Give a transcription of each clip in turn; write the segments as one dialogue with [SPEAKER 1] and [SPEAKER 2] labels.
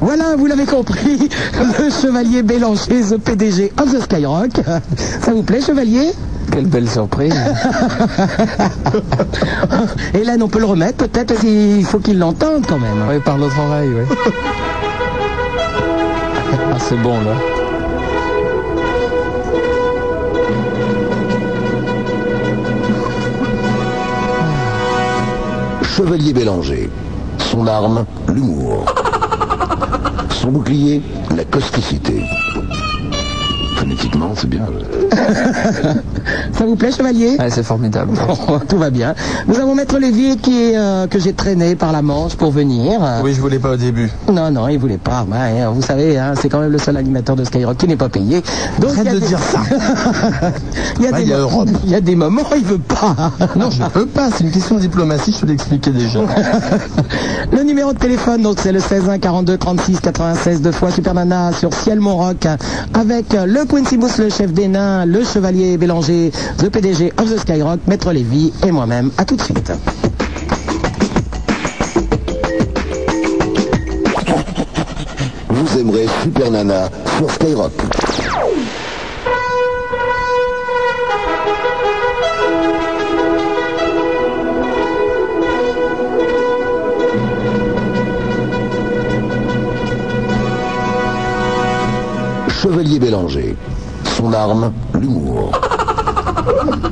[SPEAKER 1] voilà, vous l'avez compris, le chevalier Bélanger, the PDG of the Skyrock. Ça vous plaît, chevalier
[SPEAKER 2] Quelle belle surprise.
[SPEAKER 1] Hélène, on peut le remettre peut-être, parce qu'il faut qu'il l'entende quand même.
[SPEAKER 2] Oui, par l'autre oreille, oui. Ah, c'est bon, là.
[SPEAKER 3] Chevalier Bélanger. Son arme, l'humour. Son bouclier, la causticité. Phonétiquement, c'est bien.
[SPEAKER 1] Ça vous plaît, chevalier
[SPEAKER 2] Ah, c'est formidable.
[SPEAKER 1] Bon, tout va bien. Nous avons Maître Lévy qui est, euh, que j'ai traîné par la Manche pour venir. Euh,
[SPEAKER 4] Oui, je voulais pas au début.
[SPEAKER 1] Non, non, il voulait pas. Ben, hein, vous savez, hein, c'est quand même le seul animateur de Skyrock qui n'est pas payé. Donc, il y a
[SPEAKER 4] de
[SPEAKER 1] des-
[SPEAKER 4] dire ça.
[SPEAKER 1] il y a
[SPEAKER 4] Ah,
[SPEAKER 1] des
[SPEAKER 4] il y a
[SPEAKER 1] mo-
[SPEAKER 4] Europe.
[SPEAKER 1] il y a des moments, il veut pas.
[SPEAKER 4] Non, je peux pas. C'est une question de diplomatie, je te l'expliquais déjà.
[SPEAKER 1] Le numéro de téléphone, donc c'est le 16 1 42 36 96 deux fois Super Nana sur Ciel Montroc avec euh, le Quincy Booth, le chef des nains, le chevalier Bélanger, le PDG of the Skyrock, Maître Lévy et moi-même. À tout de suite.
[SPEAKER 3] Vous aimerez Super Nana sur Skyrock. Chevalier Bélanger. Son arme, l'humour.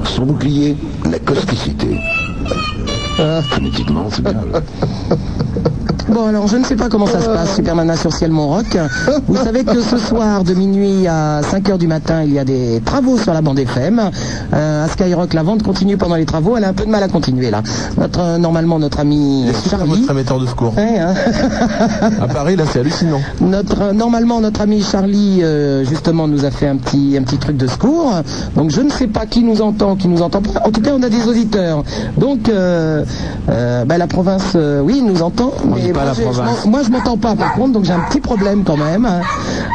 [SPEAKER 3] Son bouclier, la causticité. Phonétiquement, c'est bien.
[SPEAKER 1] Bon alors je ne sais pas comment ça se passe Supermana sur ciel Montroc. Vous savez que ce soir de minuit à 5h du matin il y a des travaux sur la bande FM. Euh, à Skyrock la vente continue pendant les travaux. Elle a un peu de mal à continuer là. Notre, euh, normalement notre ami
[SPEAKER 4] C'est ça,
[SPEAKER 1] Charlie.
[SPEAKER 4] votre émetteur de secours.
[SPEAKER 1] Ouais, hein.
[SPEAKER 4] À Paris, là, c'est hallucinant.
[SPEAKER 1] Notre, euh, normalement, notre ami Charlie, euh, justement, nous a fait un petit, un petit truc de secours. Donc, je ne sais pas qui nous entend, qui nous entend pas. En tout cas, on a des auditeurs. Donc, euh, euh, bah, la province, euh, oui, nous entend.
[SPEAKER 2] dit pas
[SPEAKER 1] moi,
[SPEAKER 2] la
[SPEAKER 1] j'ai- je
[SPEAKER 2] province.
[SPEAKER 1] m'en- moi, je m'entends pas, par contre, donc j'ai un petit problème quand même. hein.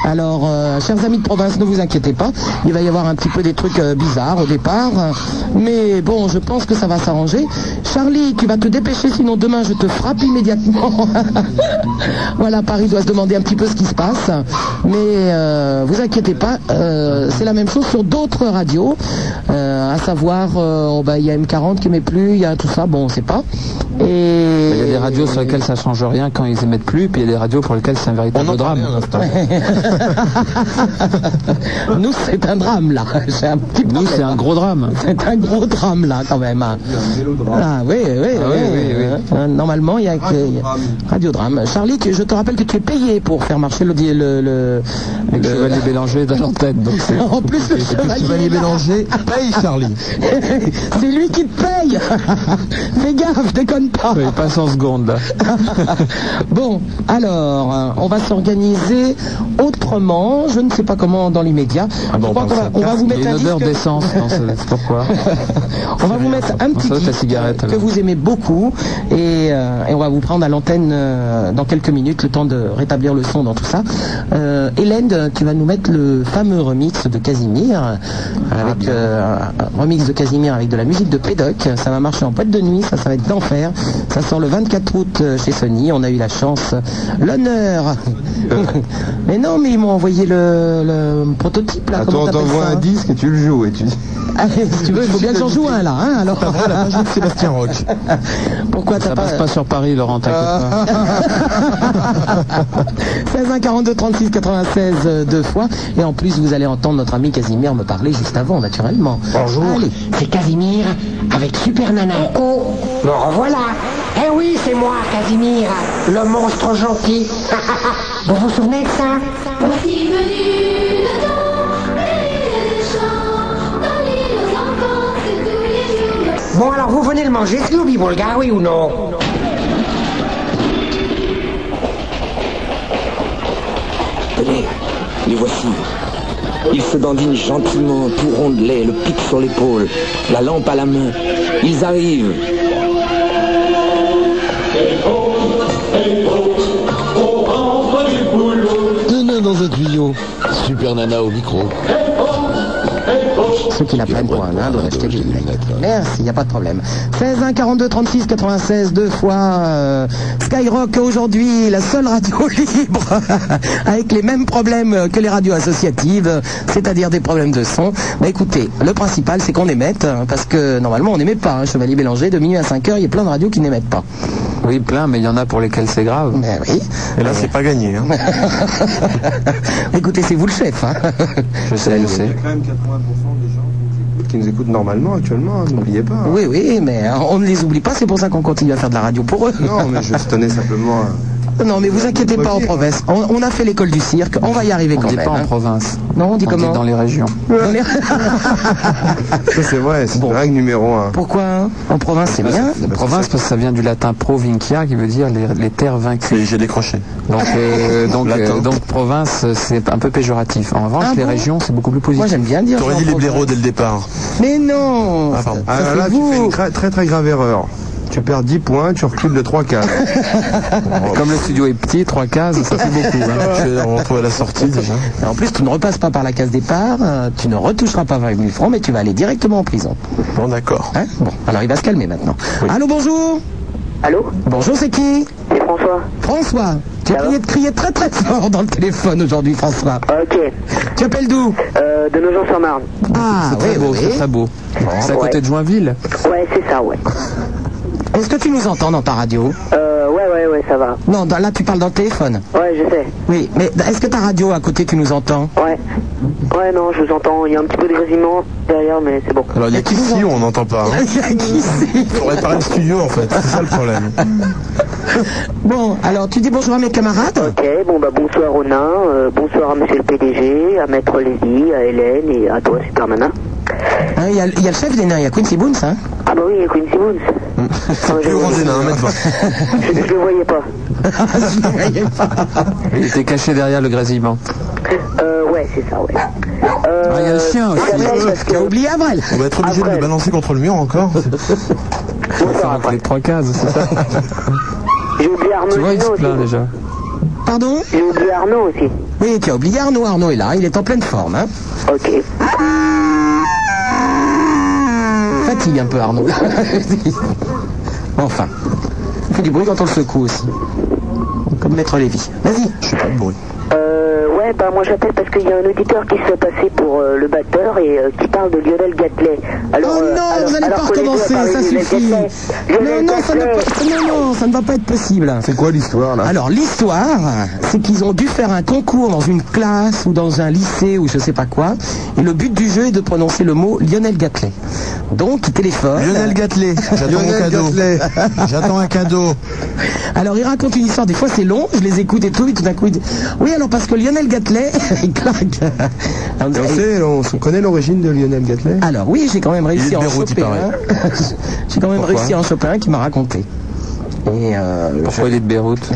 [SPEAKER 1] Alors, euh, chers amis de province, ne vous inquiétez pas. Il va y avoir un petit peu des trucs euh, bizarres au départ. hein. Mais bon, je pense que ça va s'arranger. Charlie, tu vas te dépêcher, sinon demain, je te frappe immédiatement. Voilà, Paris doit se demander un petit peu ce qui se passe. Mais euh, vous inquiétez pas, euh, c'est la même chose sur d'autres radios. Euh, à savoir, euh, oh, bah, il y a M40 qui met plus, il y a tout ça, bon, on sait pas. Et...
[SPEAKER 2] Il y a des radios sur lesquelles ça change rien quand ils émettent plus, puis il y a des radios pour lesquelles c'est un
[SPEAKER 4] On
[SPEAKER 2] véritable
[SPEAKER 4] en parlait à
[SPEAKER 2] drame.
[SPEAKER 4] l'instant.
[SPEAKER 1] Nous, c'est un drame, là. C'est un petit
[SPEAKER 2] Nous,
[SPEAKER 1] problème.
[SPEAKER 2] c'est un gros drame.
[SPEAKER 1] C'est un gros drame là quand même. hein. Ah oui, oui, oui.
[SPEAKER 2] oui, oui,
[SPEAKER 1] Euh, Normalement, il y a que- radiodrame. Charlie, tu- je te rappelle que tu es payé pour faire marcher le le, le,
[SPEAKER 2] Et que
[SPEAKER 1] le-
[SPEAKER 2] Chevalier Bélanger est dans l'antenne, donc c'est
[SPEAKER 1] En plus, le chevalier
[SPEAKER 4] Chevalier
[SPEAKER 1] est là.
[SPEAKER 4] Bélanger paye Charlie.
[SPEAKER 1] C'est lui qui te paye Fais gaffe, déconne pas
[SPEAKER 2] il passe en seconde là.
[SPEAKER 1] Ah Bon, alors, euh, on va s'organiser autrement. Je ne sais pas comment dans l'immédiat.
[SPEAKER 2] Ah
[SPEAKER 4] bon,
[SPEAKER 1] Je crois
[SPEAKER 4] bah,
[SPEAKER 1] qu'on va-
[SPEAKER 4] ça
[SPEAKER 1] on va vous
[SPEAKER 2] Il y
[SPEAKER 1] mettre
[SPEAKER 2] a
[SPEAKER 1] un
[SPEAKER 2] une odeur
[SPEAKER 1] disque-
[SPEAKER 2] d'essence, non, c'est c'est pourquoi
[SPEAKER 1] On va vous mettre un petit
[SPEAKER 2] Ça, c'est la
[SPEAKER 1] disque
[SPEAKER 2] cigarette,
[SPEAKER 1] que
[SPEAKER 2] alors.
[SPEAKER 1] vous aimez beaucoup et, euh, et on va vous prendre à l'antenne euh, dans quelques minutes, le temps de rétablir le son dans tout ça. Euh, Hélène, tu vas nous mettre le fameux remix de Casimir,
[SPEAKER 2] Ah,
[SPEAKER 1] avec euh, un remix de Casimir avec de la musique de Pédoc. Ça va marcher en boîte de nuit, ça, ça va être d'enfer. Ça sort le 24 août euh, chez Sony. On a eu la chance, euh, l'honneur. mais non, mais ils m'ont envoyé le, le prototype là. comment
[SPEAKER 5] Ah, Attends, on
[SPEAKER 1] t'appelles
[SPEAKER 5] t'envoie
[SPEAKER 1] ça,
[SPEAKER 5] un
[SPEAKER 1] hein
[SPEAKER 5] disque et tu le joues. Et tu...
[SPEAKER 1] Ah, si tu veux, il faut bien que j'en joue un là. Hein, alors.
[SPEAKER 4] Après la page de Sébastien Roch.
[SPEAKER 1] Pourquoi t'as
[SPEAKER 2] Ça
[SPEAKER 1] pas...
[SPEAKER 2] passe pas sur Paris, Laurent, t'inquiète pas.
[SPEAKER 1] 16 1 42 36 96 euh, deux fois et en plus vous allez entendre notre ami Casimir me parler juste avant naturellement. Bonjour.
[SPEAKER 6] C'est Casimir avec Super Nana. Coucou, me revoilà. Eh oui, c'est moi, Casimir, le monstre gentil. vous vous souvenez de ça
[SPEAKER 7] Voici venu le temps des chants, d'aller aux enfants, c'est tous les jours.
[SPEAKER 6] Bon, alors vous venez le manger, Scooby Bulgar, oui ou non
[SPEAKER 8] Tenez, les voici. Ils se dandinent gentiment, tout rondelet, le pic sur l'épaule, la lampe à la main. Ils arrivent.
[SPEAKER 3] Deux nains dans un tuyau. Super Nana au micro.
[SPEAKER 1] Ceux qui la prennent pour un nain doivent acheter des lunettes. Merci, il n'y a pas de problème. 16 1 42 36 96 deux fois euh, Skyrock aujourd'hui, la seule radio libre avec les mêmes problèmes que les radios associatives, c'est-à-dire des problèmes de son. Bah écoutez, le principal c'est qu'on émette hein, parce que normalement on n'émet pas. hein. Chevalier Bélanger de minuit à 5 heures, il y a plein de radios qui n'émettent pas.
[SPEAKER 2] Oui, plein, mais il y en a pour lesquels c'est grave.
[SPEAKER 1] Mais Ben oui.
[SPEAKER 4] Et là, c'est pas gagné. hein.
[SPEAKER 1] écoutez, c'est vous le chef. hein.
[SPEAKER 2] Je sais, je sais.
[SPEAKER 5] quand même 80% des gens qui nous écoutent, qui nous écoutent normalement actuellement, hein, n'oubliez pas. hein.
[SPEAKER 1] Oui, oui, mais hein, on ne les oublie pas, c'est pour ça qu'on continue à faire de la radio pour eux.
[SPEAKER 5] Non, mais je tenais simplement à...
[SPEAKER 1] Non, mais vous inquiétez pas en province. On, on a fait l'école du cirque, on va y arriver
[SPEAKER 2] On
[SPEAKER 1] quand
[SPEAKER 2] dit
[SPEAKER 1] même.
[SPEAKER 2] pas en
[SPEAKER 1] hein.
[SPEAKER 2] province.
[SPEAKER 1] Non, on dit
[SPEAKER 2] on
[SPEAKER 1] comment
[SPEAKER 2] dit dans les régions.
[SPEAKER 1] Dans les-
[SPEAKER 5] Ça, c'est vrai, c'est une règle numéro un.
[SPEAKER 1] Pourquoi hein En province, c'est bien.
[SPEAKER 2] La province, parce que ça vient du latin provincia, qui veut dire les, les terres vaincues.
[SPEAKER 4] Et j'ai décroché.
[SPEAKER 2] Donc, euh, donc, euh,
[SPEAKER 4] Latin.
[SPEAKER 2] donc province, c'est un peu péjoratif. En revanche,
[SPEAKER 1] Ah
[SPEAKER 2] les
[SPEAKER 1] bon
[SPEAKER 2] régions, c'est beaucoup plus
[SPEAKER 1] Moi,
[SPEAKER 2] positif.
[SPEAKER 1] j'aime bien dire.
[SPEAKER 4] T'aurais
[SPEAKER 1] ça
[SPEAKER 4] dit
[SPEAKER 1] en
[SPEAKER 4] les
[SPEAKER 1] province.
[SPEAKER 4] blaireaux dès le départ.
[SPEAKER 1] Mais non
[SPEAKER 4] Ah, pardon.
[SPEAKER 1] Ça,
[SPEAKER 5] Ah
[SPEAKER 1] c'est
[SPEAKER 5] là, là, tu
[SPEAKER 1] vous.
[SPEAKER 5] fais une gra- très très grave erreur. Tu perds 10 points, tu recules de 3 cases.
[SPEAKER 2] Comme le studio est petit, trois cases, ça fait beaucoup. hein.
[SPEAKER 4] Je vais me retrouver à la sortie déjà.
[SPEAKER 1] Et En plus, tu ne repasses pas par la case départ, euh, tu ne retoucheras pas 20 000 francs, mais tu vas aller directement en prison.
[SPEAKER 4] Bon, d'accord.
[SPEAKER 1] Hein bon, alors il va se calmer maintenant. Allô, bonjour
[SPEAKER 9] Allô
[SPEAKER 1] Bonjour, c'est qui
[SPEAKER 9] C'est François.
[SPEAKER 1] François. Tu as
[SPEAKER 9] Ça va
[SPEAKER 1] prié de crier très très fort dans le téléphone aujourd'hui, François.
[SPEAKER 9] Ok.
[SPEAKER 1] Tu appelles d'où
[SPEAKER 9] Euh, de Nogent-sur-Marne.
[SPEAKER 1] Ah,
[SPEAKER 2] Très
[SPEAKER 1] oui,
[SPEAKER 2] beau,
[SPEAKER 1] oui. Oh,
[SPEAKER 2] c'est très beau. C'est à côté de Joinville.
[SPEAKER 9] Ouais, c'est ça, ouais.
[SPEAKER 1] Est-ce que tu nous entends dans ta radio
[SPEAKER 9] Euh, ouais, ouais, ouais, ça va.
[SPEAKER 1] Non, dans- là tu parles dans le téléphone.
[SPEAKER 9] Ouais, je sais.
[SPEAKER 1] Oui, mais est-ce que ta radio à côté tu nous entends
[SPEAKER 9] Ouais. Ouais, non, je vous entends. Il y a un petit peu de grésillement derrière, mais c'est bon.
[SPEAKER 4] Alors, il y a qu'ici où on n'entend pas. hein.
[SPEAKER 1] Il y a qui c'est
[SPEAKER 4] Faut réparer le studio en fait, c'est ça le problème.
[SPEAKER 1] Bon, alors tu dis bonjour à mes camarades
[SPEAKER 9] Ok, bon, bah, bonsoir aux nains. euh, bonsoir à monsieur le PDG, à Maître Lévy, à Hélène et à toi, Supermana.
[SPEAKER 1] Hein, Il y, a le- il y a le chef des nains, il y a Quincy Boons. Hein
[SPEAKER 9] Ah, bah oui, et Quincy Boons. Ah, je,
[SPEAKER 4] Plus grand des nains, 1m20.
[SPEAKER 9] je, je le voyais pas.
[SPEAKER 1] Je le voyais pas.
[SPEAKER 2] Il était caché derrière le grésillement.
[SPEAKER 9] Euh, ouais, c'est ça, ouais. Euh,
[SPEAKER 2] Ah, il y a le chien aussi.
[SPEAKER 9] j'appelle parce
[SPEAKER 1] Tu as
[SPEAKER 9] que-
[SPEAKER 1] oublié Avril
[SPEAKER 4] On va être obligé de
[SPEAKER 9] Après.
[SPEAKER 4] le balancer contre le mur encore.
[SPEAKER 9] Bonsoir,
[SPEAKER 2] Entre
[SPEAKER 9] après.
[SPEAKER 2] les trois cases, c'est ça.
[SPEAKER 9] J'ai oublié Arnaud
[SPEAKER 2] Tu vois, il se
[SPEAKER 9] Gino
[SPEAKER 2] plaint
[SPEAKER 9] aussi.
[SPEAKER 2] déjà.
[SPEAKER 1] Pardon
[SPEAKER 9] J'ai oublié Arnaud aussi.
[SPEAKER 1] Oui, tu as oublié Arnaud. Arnaud est là, il est en pleine forme. Hein
[SPEAKER 9] Ok.
[SPEAKER 1] Fatigue un peu Arnaud. là. enfin, il fait du bruit quand on le secoue aussi. Comme Maître Lévy. Vas-y. Oh
[SPEAKER 9] Euh, ouais, bah moi j'appelle parce qu'il y a un auditeur qui se fait passer pour euh, le batteur et euh, qui parle de Lionel Gatlet. Alors,
[SPEAKER 1] Oh
[SPEAKER 9] euh,
[SPEAKER 1] non,
[SPEAKER 9] alors-
[SPEAKER 1] vous n'allez
[SPEAKER 9] alors
[SPEAKER 1] pas
[SPEAKER 9] que les deux
[SPEAKER 1] recommencer,
[SPEAKER 9] ont parlé
[SPEAKER 1] ça
[SPEAKER 9] de Lionel
[SPEAKER 1] suffit.
[SPEAKER 9] Gatlet.
[SPEAKER 1] Non,
[SPEAKER 9] Lionel
[SPEAKER 1] non, ça ne
[SPEAKER 9] Gatlet.
[SPEAKER 1] va pas- non, non, ça ne va pas être possible.
[SPEAKER 5] C'est quoi l'histoire là
[SPEAKER 1] Alors l'histoire, c'est qu'ils ont dû faire un concours dans une classe ou dans un lycée ou je sais pas quoi. Et le but du jeu est de prononcer le mot Lionel Gatlet. Donc il téléphone.
[SPEAKER 4] Lionel Gatelet, j'attends mon
[SPEAKER 5] Lionel
[SPEAKER 4] cadeau. J'attends un cadeau.
[SPEAKER 1] Alors il raconte une histoire, des fois c'est long, je les écoute et tout, et tout d'un coup il dit Oui alors parce que Lionel Gatlet, il claque.
[SPEAKER 5] Et on, sait, on se connaît l'origine de Lionel Gatlet
[SPEAKER 1] Alors oui, j'ai quand même réussi
[SPEAKER 4] de
[SPEAKER 1] à en
[SPEAKER 4] Beyrouth, il
[SPEAKER 1] choper
[SPEAKER 4] paraît.
[SPEAKER 1] un. j'ai quand même
[SPEAKER 4] Pourquoi
[SPEAKER 1] réussi à en choper un qui m'a raconté. Et euh,
[SPEAKER 2] Pourquoi il est de Beyrouth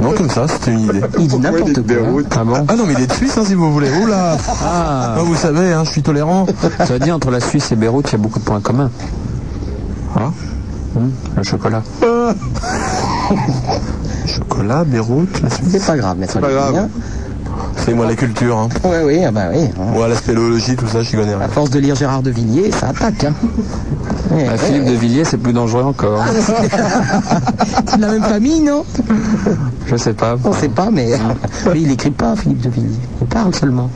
[SPEAKER 4] Non, comme ça, c'était une idée.
[SPEAKER 1] il dit n'importe quoi.
[SPEAKER 2] Ah bon
[SPEAKER 4] Ah non, mais il est de Suisse, hein, si vous voulez. Oula
[SPEAKER 2] Ah
[SPEAKER 4] Ah, Vous savez, hein, je suis tolérant.
[SPEAKER 2] Ça veut dire entre la Suisse et Beyrouth, il y a beaucoup de points communs.
[SPEAKER 4] Ah,
[SPEAKER 2] Hein Hum, Le chocolat.
[SPEAKER 4] Chocolat, Beyrouth, la Suisse.
[SPEAKER 1] C'est pas grave, maître.
[SPEAKER 5] pas grave.
[SPEAKER 4] C'est moi la culture. Hein.
[SPEAKER 1] Oui, oui, ah bah oui. hein.
[SPEAKER 4] Moi, la spéléologie, tout ça, je connais
[SPEAKER 1] À
[SPEAKER 4] rien.
[SPEAKER 1] force de lire Gérard de Villiers, ça attaque. Hein. Eh,
[SPEAKER 2] Bah,
[SPEAKER 1] eh,
[SPEAKER 2] Philippe de Villiers, c'est plus dangereux encore.
[SPEAKER 1] c'est de la même famille, non
[SPEAKER 2] Je sais pas.
[SPEAKER 1] On sait pas, mais, mais il écrit pas, Philippe de Villiers. Il parle seulement.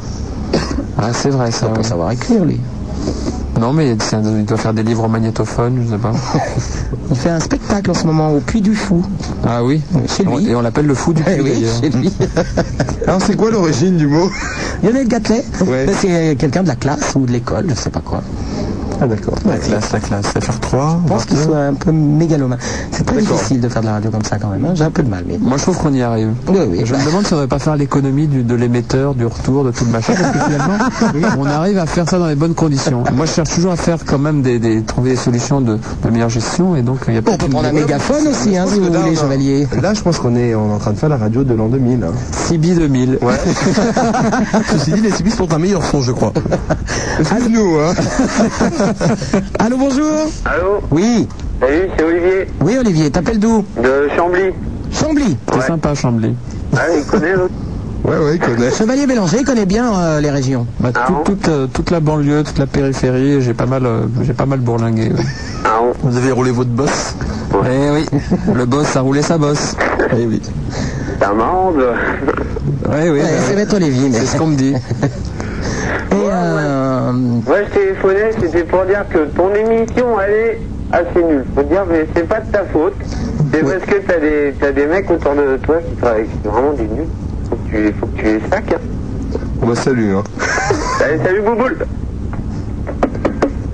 [SPEAKER 2] Ah, c'est vrai ça.
[SPEAKER 1] Il peut
[SPEAKER 2] oui.
[SPEAKER 1] savoir écrire, lui.
[SPEAKER 2] Non, mais c'est un- il doit faire des livres au magnétophone, je sais pas.
[SPEAKER 1] Il fait un spectacle en ce moment au Puy du Fou.
[SPEAKER 2] Ah oui
[SPEAKER 1] Chez lui.
[SPEAKER 2] Et on l'appelle le fou du
[SPEAKER 1] Eh
[SPEAKER 2] cul,
[SPEAKER 1] oui,
[SPEAKER 2] d'ailleurs.
[SPEAKER 1] chez lui.
[SPEAKER 5] Alors c'est quoi l'origine du mot
[SPEAKER 1] Lionel Gatlet,
[SPEAKER 5] Ouais.
[SPEAKER 1] ben, c'est quelqu'un de la classe ou de l'école, je sais pas quoi.
[SPEAKER 5] Ah d'accord.
[SPEAKER 4] La classe, la classe. FR3,
[SPEAKER 1] Je pense qu'il soit un peu mégalomane. C'est très
[SPEAKER 5] D'accord.
[SPEAKER 1] difficile de faire de la radio comme ça quand même. hein. J'ai un peu de mal, mais.
[SPEAKER 2] Moi, je trouve qu'on y arrive.
[SPEAKER 1] Oui, oui,
[SPEAKER 2] Je
[SPEAKER 1] bah,
[SPEAKER 2] me demande si on ne va pas faire l'économie du- de l'émetteur, du retour, de tout le machin, parce que finalement, on arrive à faire ça dans les bonnes conditions. Moi, je cherche toujours à faire quand même des, des- trouver des solutions de, de meilleure gestion, et donc il y a
[SPEAKER 1] on peut prendre un mégaphone aussi, hein, si vous voulez, chevalier.
[SPEAKER 5] Là, je pense qu'on est, on est en train de faire la radio de l'an 2000. hein.
[SPEAKER 2] CB 2000.
[SPEAKER 4] Ceci dit, les Suisses ont un meilleur son, je crois.
[SPEAKER 5] Nous, hein
[SPEAKER 1] Allô, bonjour
[SPEAKER 9] Allô
[SPEAKER 1] Oui,
[SPEAKER 9] Salut, c'est Olivier
[SPEAKER 1] oui, Olivier, t'appelles d'où
[SPEAKER 9] de Chambly.
[SPEAKER 1] Chambly.
[SPEAKER 2] C'est sympa, Chambly.
[SPEAKER 9] Ah, il connaît l'autre
[SPEAKER 5] Ouais, ouais, il connaît.
[SPEAKER 1] Chevalier Bélanger il connaît bien euh, les régions.
[SPEAKER 2] Bah, tout- toute, euh, toute la banlieue, toute la périphérie, j'ai pas mal, euh, j'ai pas mal bourlingué. ouais.
[SPEAKER 4] Vous avez roulé votre bosse
[SPEAKER 2] Eh oui, le boss a roulé sa bosse.
[SPEAKER 4] Eh oui.
[SPEAKER 10] Amande.
[SPEAKER 2] Ouais, oui,
[SPEAKER 1] Ouais,
[SPEAKER 2] bah,
[SPEAKER 1] Eh, c'est Maître Lévy, mais-
[SPEAKER 2] c'est ce qu'on me dit.
[SPEAKER 1] Et, euh,
[SPEAKER 10] Moi, je téléphonais, c'était pour dire que ton émission, elle est assez nulle. Faut dire, mais c'est pas de ta faute. C'est parce que t'as des, t'as des mecs autour de toi qui travaillent, qui sont vraiment des nuls. Faut que tu, faut que tu les sacs. Hein.
[SPEAKER 5] On va saluer. Hein.
[SPEAKER 10] Allez, salut Bouboule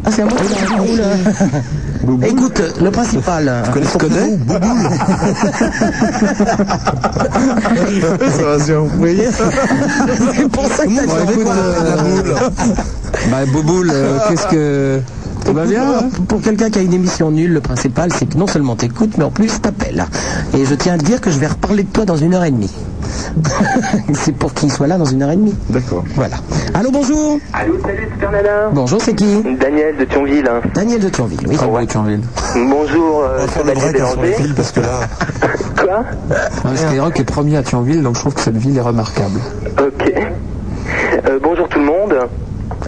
[SPEAKER 1] Ah, c'est à moi qui la roule. Écoute, le principal. euh,
[SPEAKER 4] Vous connaissez son prénom Bouboule Ça va surpris.
[SPEAKER 1] C'est pour ça que t'as dit-
[SPEAKER 2] écoute, euh, bah, Bouboule, euh, qu'est-ce que. Tout va bien hein
[SPEAKER 1] Pour- Pour quelqu'un qui a une émission nulle, le principal, c'est que non seulement t'écoutes, mais en plus t'appelles. Et je tiens à te dire que je vais reparler de toi dans une heure et demie. c'est pour qu'il soit là dans une heure et demie.
[SPEAKER 5] D'accord.
[SPEAKER 1] Voilà. Allô, bonjour.
[SPEAKER 10] Allô, salut Super Nana
[SPEAKER 1] Bonjour, c'est qui
[SPEAKER 10] Daniel de Thionville. hein.
[SPEAKER 1] Daniel de Thionville, oui.
[SPEAKER 2] Ah Ouais, Thionville.
[SPEAKER 10] Bonjour, euh,
[SPEAKER 4] On va faire le
[SPEAKER 10] Chevalier
[SPEAKER 4] break hein, sur le
[SPEAKER 10] Bélanger.
[SPEAKER 4] fil parce que là,
[SPEAKER 10] Quoi
[SPEAKER 2] Ouais, Ah, Skyrock est premier à Thionville, donc je trouve que cette ville est remarquable.
[SPEAKER 10] Ok. Euh, bonjour tout le monde.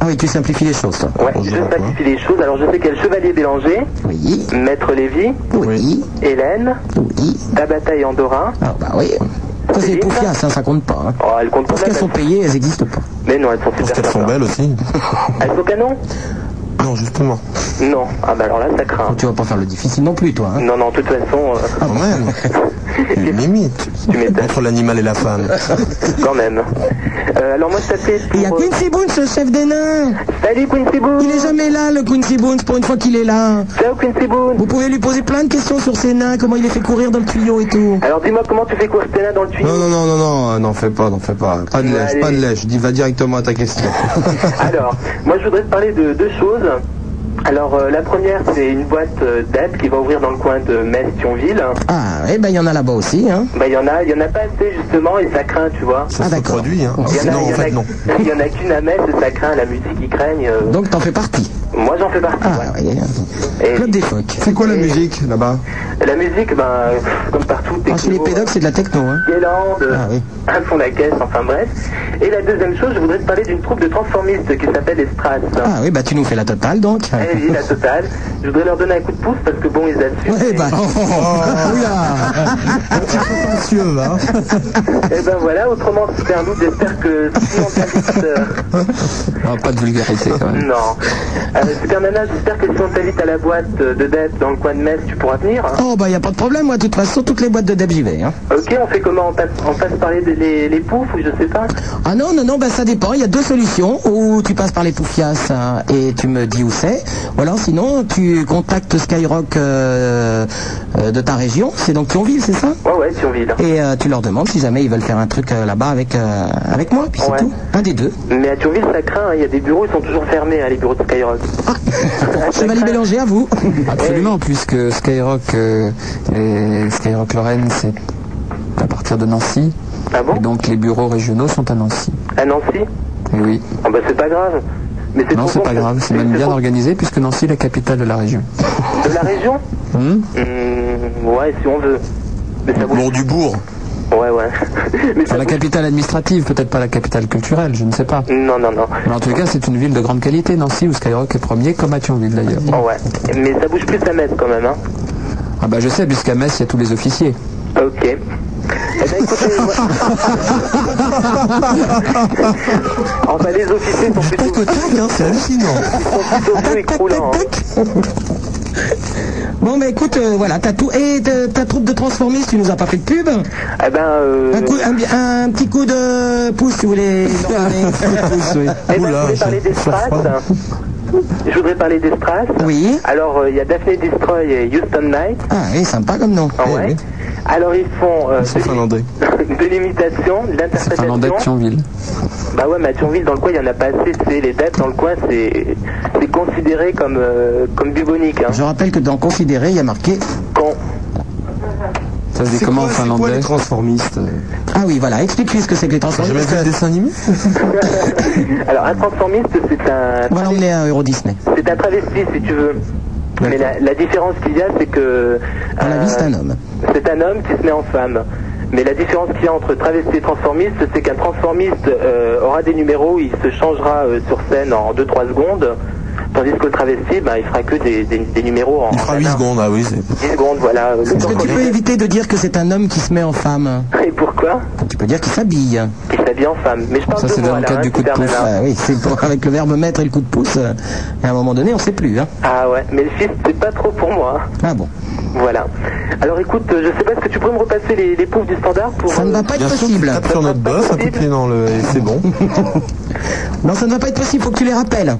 [SPEAKER 1] Ah oui, tu simplifies les choses, toi.
[SPEAKER 10] Ouais,
[SPEAKER 4] Bonjour
[SPEAKER 10] je
[SPEAKER 4] à toi.
[SPEAKER 10] simplifie les choses. Alors, je sais qu'il y a le Chevalier Bélanger,
[SPEAKER 1] Oui,
[SPEAKER 10] Maître Lévy,
[SPEAKER 1] oui,
[SPEAKER 10] Hélène,
[SPEAKER 1] oui.
[SPEAKER 10] Tabata et Andorra.
[SPEAKER 1] Ah bah oui. Ça, c'est poufias, hein, ça compte pas. hein.
[SPEAKER 10] Oh, elles comptent pas
[SPEAKER 1] Parce qu'elles
[SPEAKER 10] la
[SPEAKER 1] sont payées, elles n'existent pas.
[SPEAKER 10] Mais non, elles sont
[SPEAKER 4] parce
[SPEAKER 10] super
[SPEAKER 4] qu'elles sont
[SPEAKER 10] sympas.
[SPEAKER 4] belles aussi.
[SPEAKER 10] Elles sont canon
[SPEAKER 4] Non, justement.
[SPEAKER 10] Non. Ah bah alors là, ça craint.
[SPEAKER 1] Oh, Tu vas pas faire le difficile non plus, toi. hein.
[SPEAKER 10] Non, non, de toute façon,
[SPEAKER 1] Ah.
[SPEAKER 10] euh,
[SPEAKER 4] Quand même. Une limite.
[SPEAKER 10] tu m'étonnes Ah,
[SPEAKER 4] Entre l'animal et la femme.
[SPEAKER 10] quand même. Euh, alors moi, je t'appelais
[SPEAKER 1] Il y a
[SPEAKER 10] pour... euh,
[SPEAKER 1] Quincy Boone, ce chef des nains.
[SPEAKER 10] Salut Quincy
[SPEAKER 1] Il
[SPEAKER 10] Boone
[SPEAKER 1] est jamais là, le Quincy Boone, pour une fois qu'il est là.
[SPEAKER 10] Ciao Quincy Boone
[SPEAKER 1] Vous pouvez lui poser plein de questions sur ses nains, comment il les fait courir dans le tuyau et tout.
[SPEAKER 10] Alors dis-moi, comment tu fais courir Stella dans le tuyau
[SPEAKER 5] Non, non, non, non, non, euh, n'en fais pas, n'en fais pas. Pas de lèche,
[SPEAKER 10] Allez.
[SPEAKER 5] pas de lèche. Dis, va directement à ta question.
[SPEAKER 10] Alors, moi, je voudrais te parler de deux choses. Alors, euh, la première, c'est une boîte euh, d'aide qui va ouvrir dans le coin de Metz-Thionville.
[SPEAKER 1] Ah, eh ben il y en a là-bas aussi, hein.
[SPEAKER 10] Bah, il y en a, il y en a pas assez, justement, et ça craint, tu vois.
[SPEAKER 1] Ah,
[SPEAKER 4] Ça se
[SPEAKER 1] d'accord.
[SPEAKER 4] produit. Hein.
[SPEAKER 10] Il y en a-
[SPEAKER 4] Non,
[SPEAKER 10] il y
[SPEAKER 4] en
[SPEAKER 10] en a-
[SPEAKER 4] fait, non.
[SPEAKER 10] il y en a qu'une à Metz, et ça craint, la musique, ils craignent. euh,
[SPEAKER 1] Donc t'en fais partie.
[SPEAKER 10] Moi, j'en fais partie.
[SPEAKER 1] Ah, oui.
[SPEAKER 10] Et
[SPEAKER 1] Club des phoques.
[SPEAKER 5] C'est quoi la musique là-bas
[SPEAKER 10] la musique, ben, pff, comme partout,
[SPEAKER 1] Ah, chez les
[SPEAKER 10] techno,
[SPEAKER 1] pédocs, c'est de la techno, hein.
[SPEAKER 10] Guélande,
[SPEAKER 1] Ah, oui.
[SPEAKER 10] à fond la caisse, enfin bref. Et la deuxième chose, je voudrais te parler d'une troupe de transformistes qui s'appelle les Strass.
[SPEAKER 1] Ah oui, bah tu nous fais la totale, donc.
[SPEAKER 10] Eh oui, la totale. Je voudrais leur donner un coup de pouce parce que bon, ils assument.
[SPEAKER 1] Ouais, bah.
[SPEAKER 2] Oh.
[SPEAKER 1] Oula.
[SPEAKER 4] Monsieur,
[SPEAKER 1] hein.
[SPEAKER 4] là.
[SPEAKER 10] Et ben voilà, autrement, c'est un doute. J'espère que si on t'invite. euh,
[SPEAKER 2] Ah, pas de vulgarité quand même.
[SPEAKER 10] Non. Euh, Super Nana, j'espère que si on t'invite à la boîte euh, de dette dans le coin de Metz, tu pourras venir. hein.
[SPEAKER 1] Oh, bah y a pas de problème, moi, de toute façon, toutes les boîtes de deb, j'y vais, hein.
[SPEAKER 10] Ok, on fait comment on passe, on passe par les, les, les poufs ou je sais pas
[SPEAKER 1] Ah non, non, non, bah ça dépend. Il y a deux solutions. Ou tu passes par les poufias hein, et tu me dis où c'est. Ou alors sinon, tu contactes Skyrock euh, euh, de ta région. C'est donc Thionville, c'est ça
[SPEAKER 10] Ouais, ouais, Thionville.
[SPEAKER 1] Et euh, tu leur demandes si jamais ils veulent faire un truc euh, là-bas avec, euh, avec moi. Puis c'est
[SPEAKER 10] Ouais.
[SPEAKER 1] tout. Un des deux.
[SPEAKER 10] Mais à Thionville, ça craint. hein. Il y a des bureaux, ils sont toujours fermés, hein, les bureaux de Skyrock.
[SPEAKER 1] Chevalier Ah, Bélanger, à vous.
[SPEAKER 2] Absolument, puisque Skyrock euh, et Skyrock Lorraine, c'est à partir de Nancy.
[SPEAKER 10] Ah bon
[SPEAKER 2] Et donc les bureaux régionaux sont à Nancy.
[SPEAKER 10] À Nancy
[SPEAKER 2] Et oui.
[SPEAKER 10] Ah bah c'est pas grave. Mais
[SPEAKER 2] Non,
[SPEAKER 10] trop
[SPEAKER 2] c'est
[SPEAKER 10] con,
[SPEAKER 2] pas
[SPEAKER 10] ça.
[SPEAKER 2] grave, c'est même bien
[SPEAKER 10] trop-
[SPEAKER 2] organisé puisque Nancy est la capitale de la région.
[SPEAKER 10] De la région
[SPEAKER 5] Hmm.
[SPEAKER 2] Hum
[SPEAKER 10] Hum, Ouais, si on veut. Mais ça bouge.
[SPEAKER 4] Bon, du bourg.
[SPEAKER 10] Ouais, ouais. Mais
[SPEAKER 2] Enfin,
[SPEAKER 10] ça
[SPEAKER 2] la
[SPEAKER 10] bouge.
[SPEAKER 2] capitale administrative, peut-être pas la capitale culturelle, je ne sais pas.
[SPEAKER 10] Non, non, non.
[SPEAKER 2] Mais en tout cas, c'est une ville de grande qualité, Nancy, où Skyrock est premier, comme à Thionville d'ailleurs.
[SPEAKER 10] Oh, ouais. Mais ça bouge plus à Metz quand même, hein.
[SPEAKER 2] Ah bah je sais, puisqu'à Metz, il y a tous les officiers.
[SPEAKER 10] Ok. Eh ben écoutez, moi... enfin Oh, bah, les officiers sont plutôt,
[SPEAKER 4] Tac, hein, c'est hallucinant.
[SPEAKER 10] sont plutôt peu et croulants. hein.
[SPEAKER 1] Bon, bah écoute, euh, voilà, t'as tout. Et de- ta troupe de transformistes, tu nous as pas fait de pub
[SPEAKER 10] Eh ben, euh...
[SPEAKER 1] un, coup- un bi- un petit coup de pouce, si vous voulez. leur donner.
[SPEAKER 10] eh ben,
[SPEAKER 4] Oula,
[SPEAKER 10] je voulais parler
[SPEAKER 4] j'ai-
[SPEAKER 10] des
[SPEAKER 4] ça froid.
[SPEAKER 10] Strass. Je voudrais parler des Strass.
[SPEAKER 1] Oui.
[SPEAKER 10] Alors, euh, il y a Daphne Destroy et Houston Knight.
[SPEAKER 1] Ah oui, sympa comme nom. Eh
[SPEAKER 10] Ah ouais.
[SPEAKER 4] Eh oui.
[SPEAKER 10] Alors, ils font euh,
[SPEAKER 4] Ils sont finlandais.
[SPEAKER 10] de, de l'imitation, de
[SPEAKER 2] C'est finlandais de
[SPEAKER 10] l'interprétation.
[SPEAKER 2] Thionville.
[SPEAKER 10] Bah ouais, mais à Thionville, dans le coin, il y en a pas assez. C'est les dates dans le coin, c'est c'est considéré comme, euh, comme bubonique. Hein.
[SPEAKER 1] Je rappelle que dans Considérer, il y a marqué
[SPEAKER 10] Con.
[SPEAKER 2] Ça se dit comment en
[SPEAKER 5] quoi, quoi
[SPEAKER 2] finlandais
[SPEAKER 5] les transformistes
[SPEAKER 1] Ah oui, voilà, explique-lui ce que c'est que les
[SPEAKER 4] J'ai jamais
[SPEAKER 1] transformistes.
[SPEAKER 4] vu le dessin animé
[SPEAKER 10] Alors, un transformiste, c'est un
[SPEAKER 1] On va l'emmener à Euro Disney.
[SPEAKER 10] C'est un travesti, si tu veux. Mais la, la différence qu'il y a, c'est que.
[SPEAKER 1] Dans la
[SPEAKER 10] euh,
[SPEAKER 1] vie, c'est un homme.
[SPEAKER 10] C'est un homme qui se met en femme.
[SPEAKER 11] Mais la différence qu'il y a entre travesti et transformiste, c'est qu'un transformiste euh, aura des numéros, il se changera euh, sur scène en 2-3 secondes, tandis que le travesti, ben, il fera que des, des- des numéros en
[SPEAKER 4] Il fera 8 secondes, ah oui. c'est-
[SPEAKER 11] 10 secondes, voilà. Le
[SPEAKER 1] Est-ce
[SPEAKER 11] temps
[SPEAKER 1] que tu
[SPEAKER 11] qu'on
[SPEAKER 1] peux
[SPEAKER 11] est-
[SPEAKER 1] éviter de dire que c'est un homme qui se met en femme
[SPEAKER 11] Et pourquoi
[SPEAKER 1] Tu peux dire qu'il s'habille.
[SPEAKER 11] Qui s'habille en femme. Mais je parle
[SPEAKER 1] Ça,
[SPEAKER 11] de
[SPEAKER 1] c'est
[SPEAKER 11] moi,
[SPEAKER 1] dans le
[SPEAKER 11] là,
[SPEAKER 1] cadre
[SPEAKER 11] hein,
[SPEAKER 1] du coup de
[SPEAKER 11] super
[SPEAKER 1] pouce.
[SPEAKER 11] nana.
[SPEAKER 1] Ah oui, c'est pour- avec le verbe mettre et le coup de pouce. euh, à un moment donné, on ne sait plus. hein.
[SPEAKER 11] Ah ouais, mais le fils, c'est pas trop pour moi. hein.
[SPEAKER 1] Ah bon.
[SPEAKER 11] Voilà. Alors écoute, euh, je sais pas, est-ce que tu pourrais me repasser les, les poufs du standard pour... euh, Ça ne va
[SPEAKER 1] pas
[SPEAKER 4] Bien sûr, tu tapes sur notre bœuf, un coup de pied dans le. et c'est bon.
[SPEAKER 1] Non, ça ne va pas être possible, faut que tu les rappelles.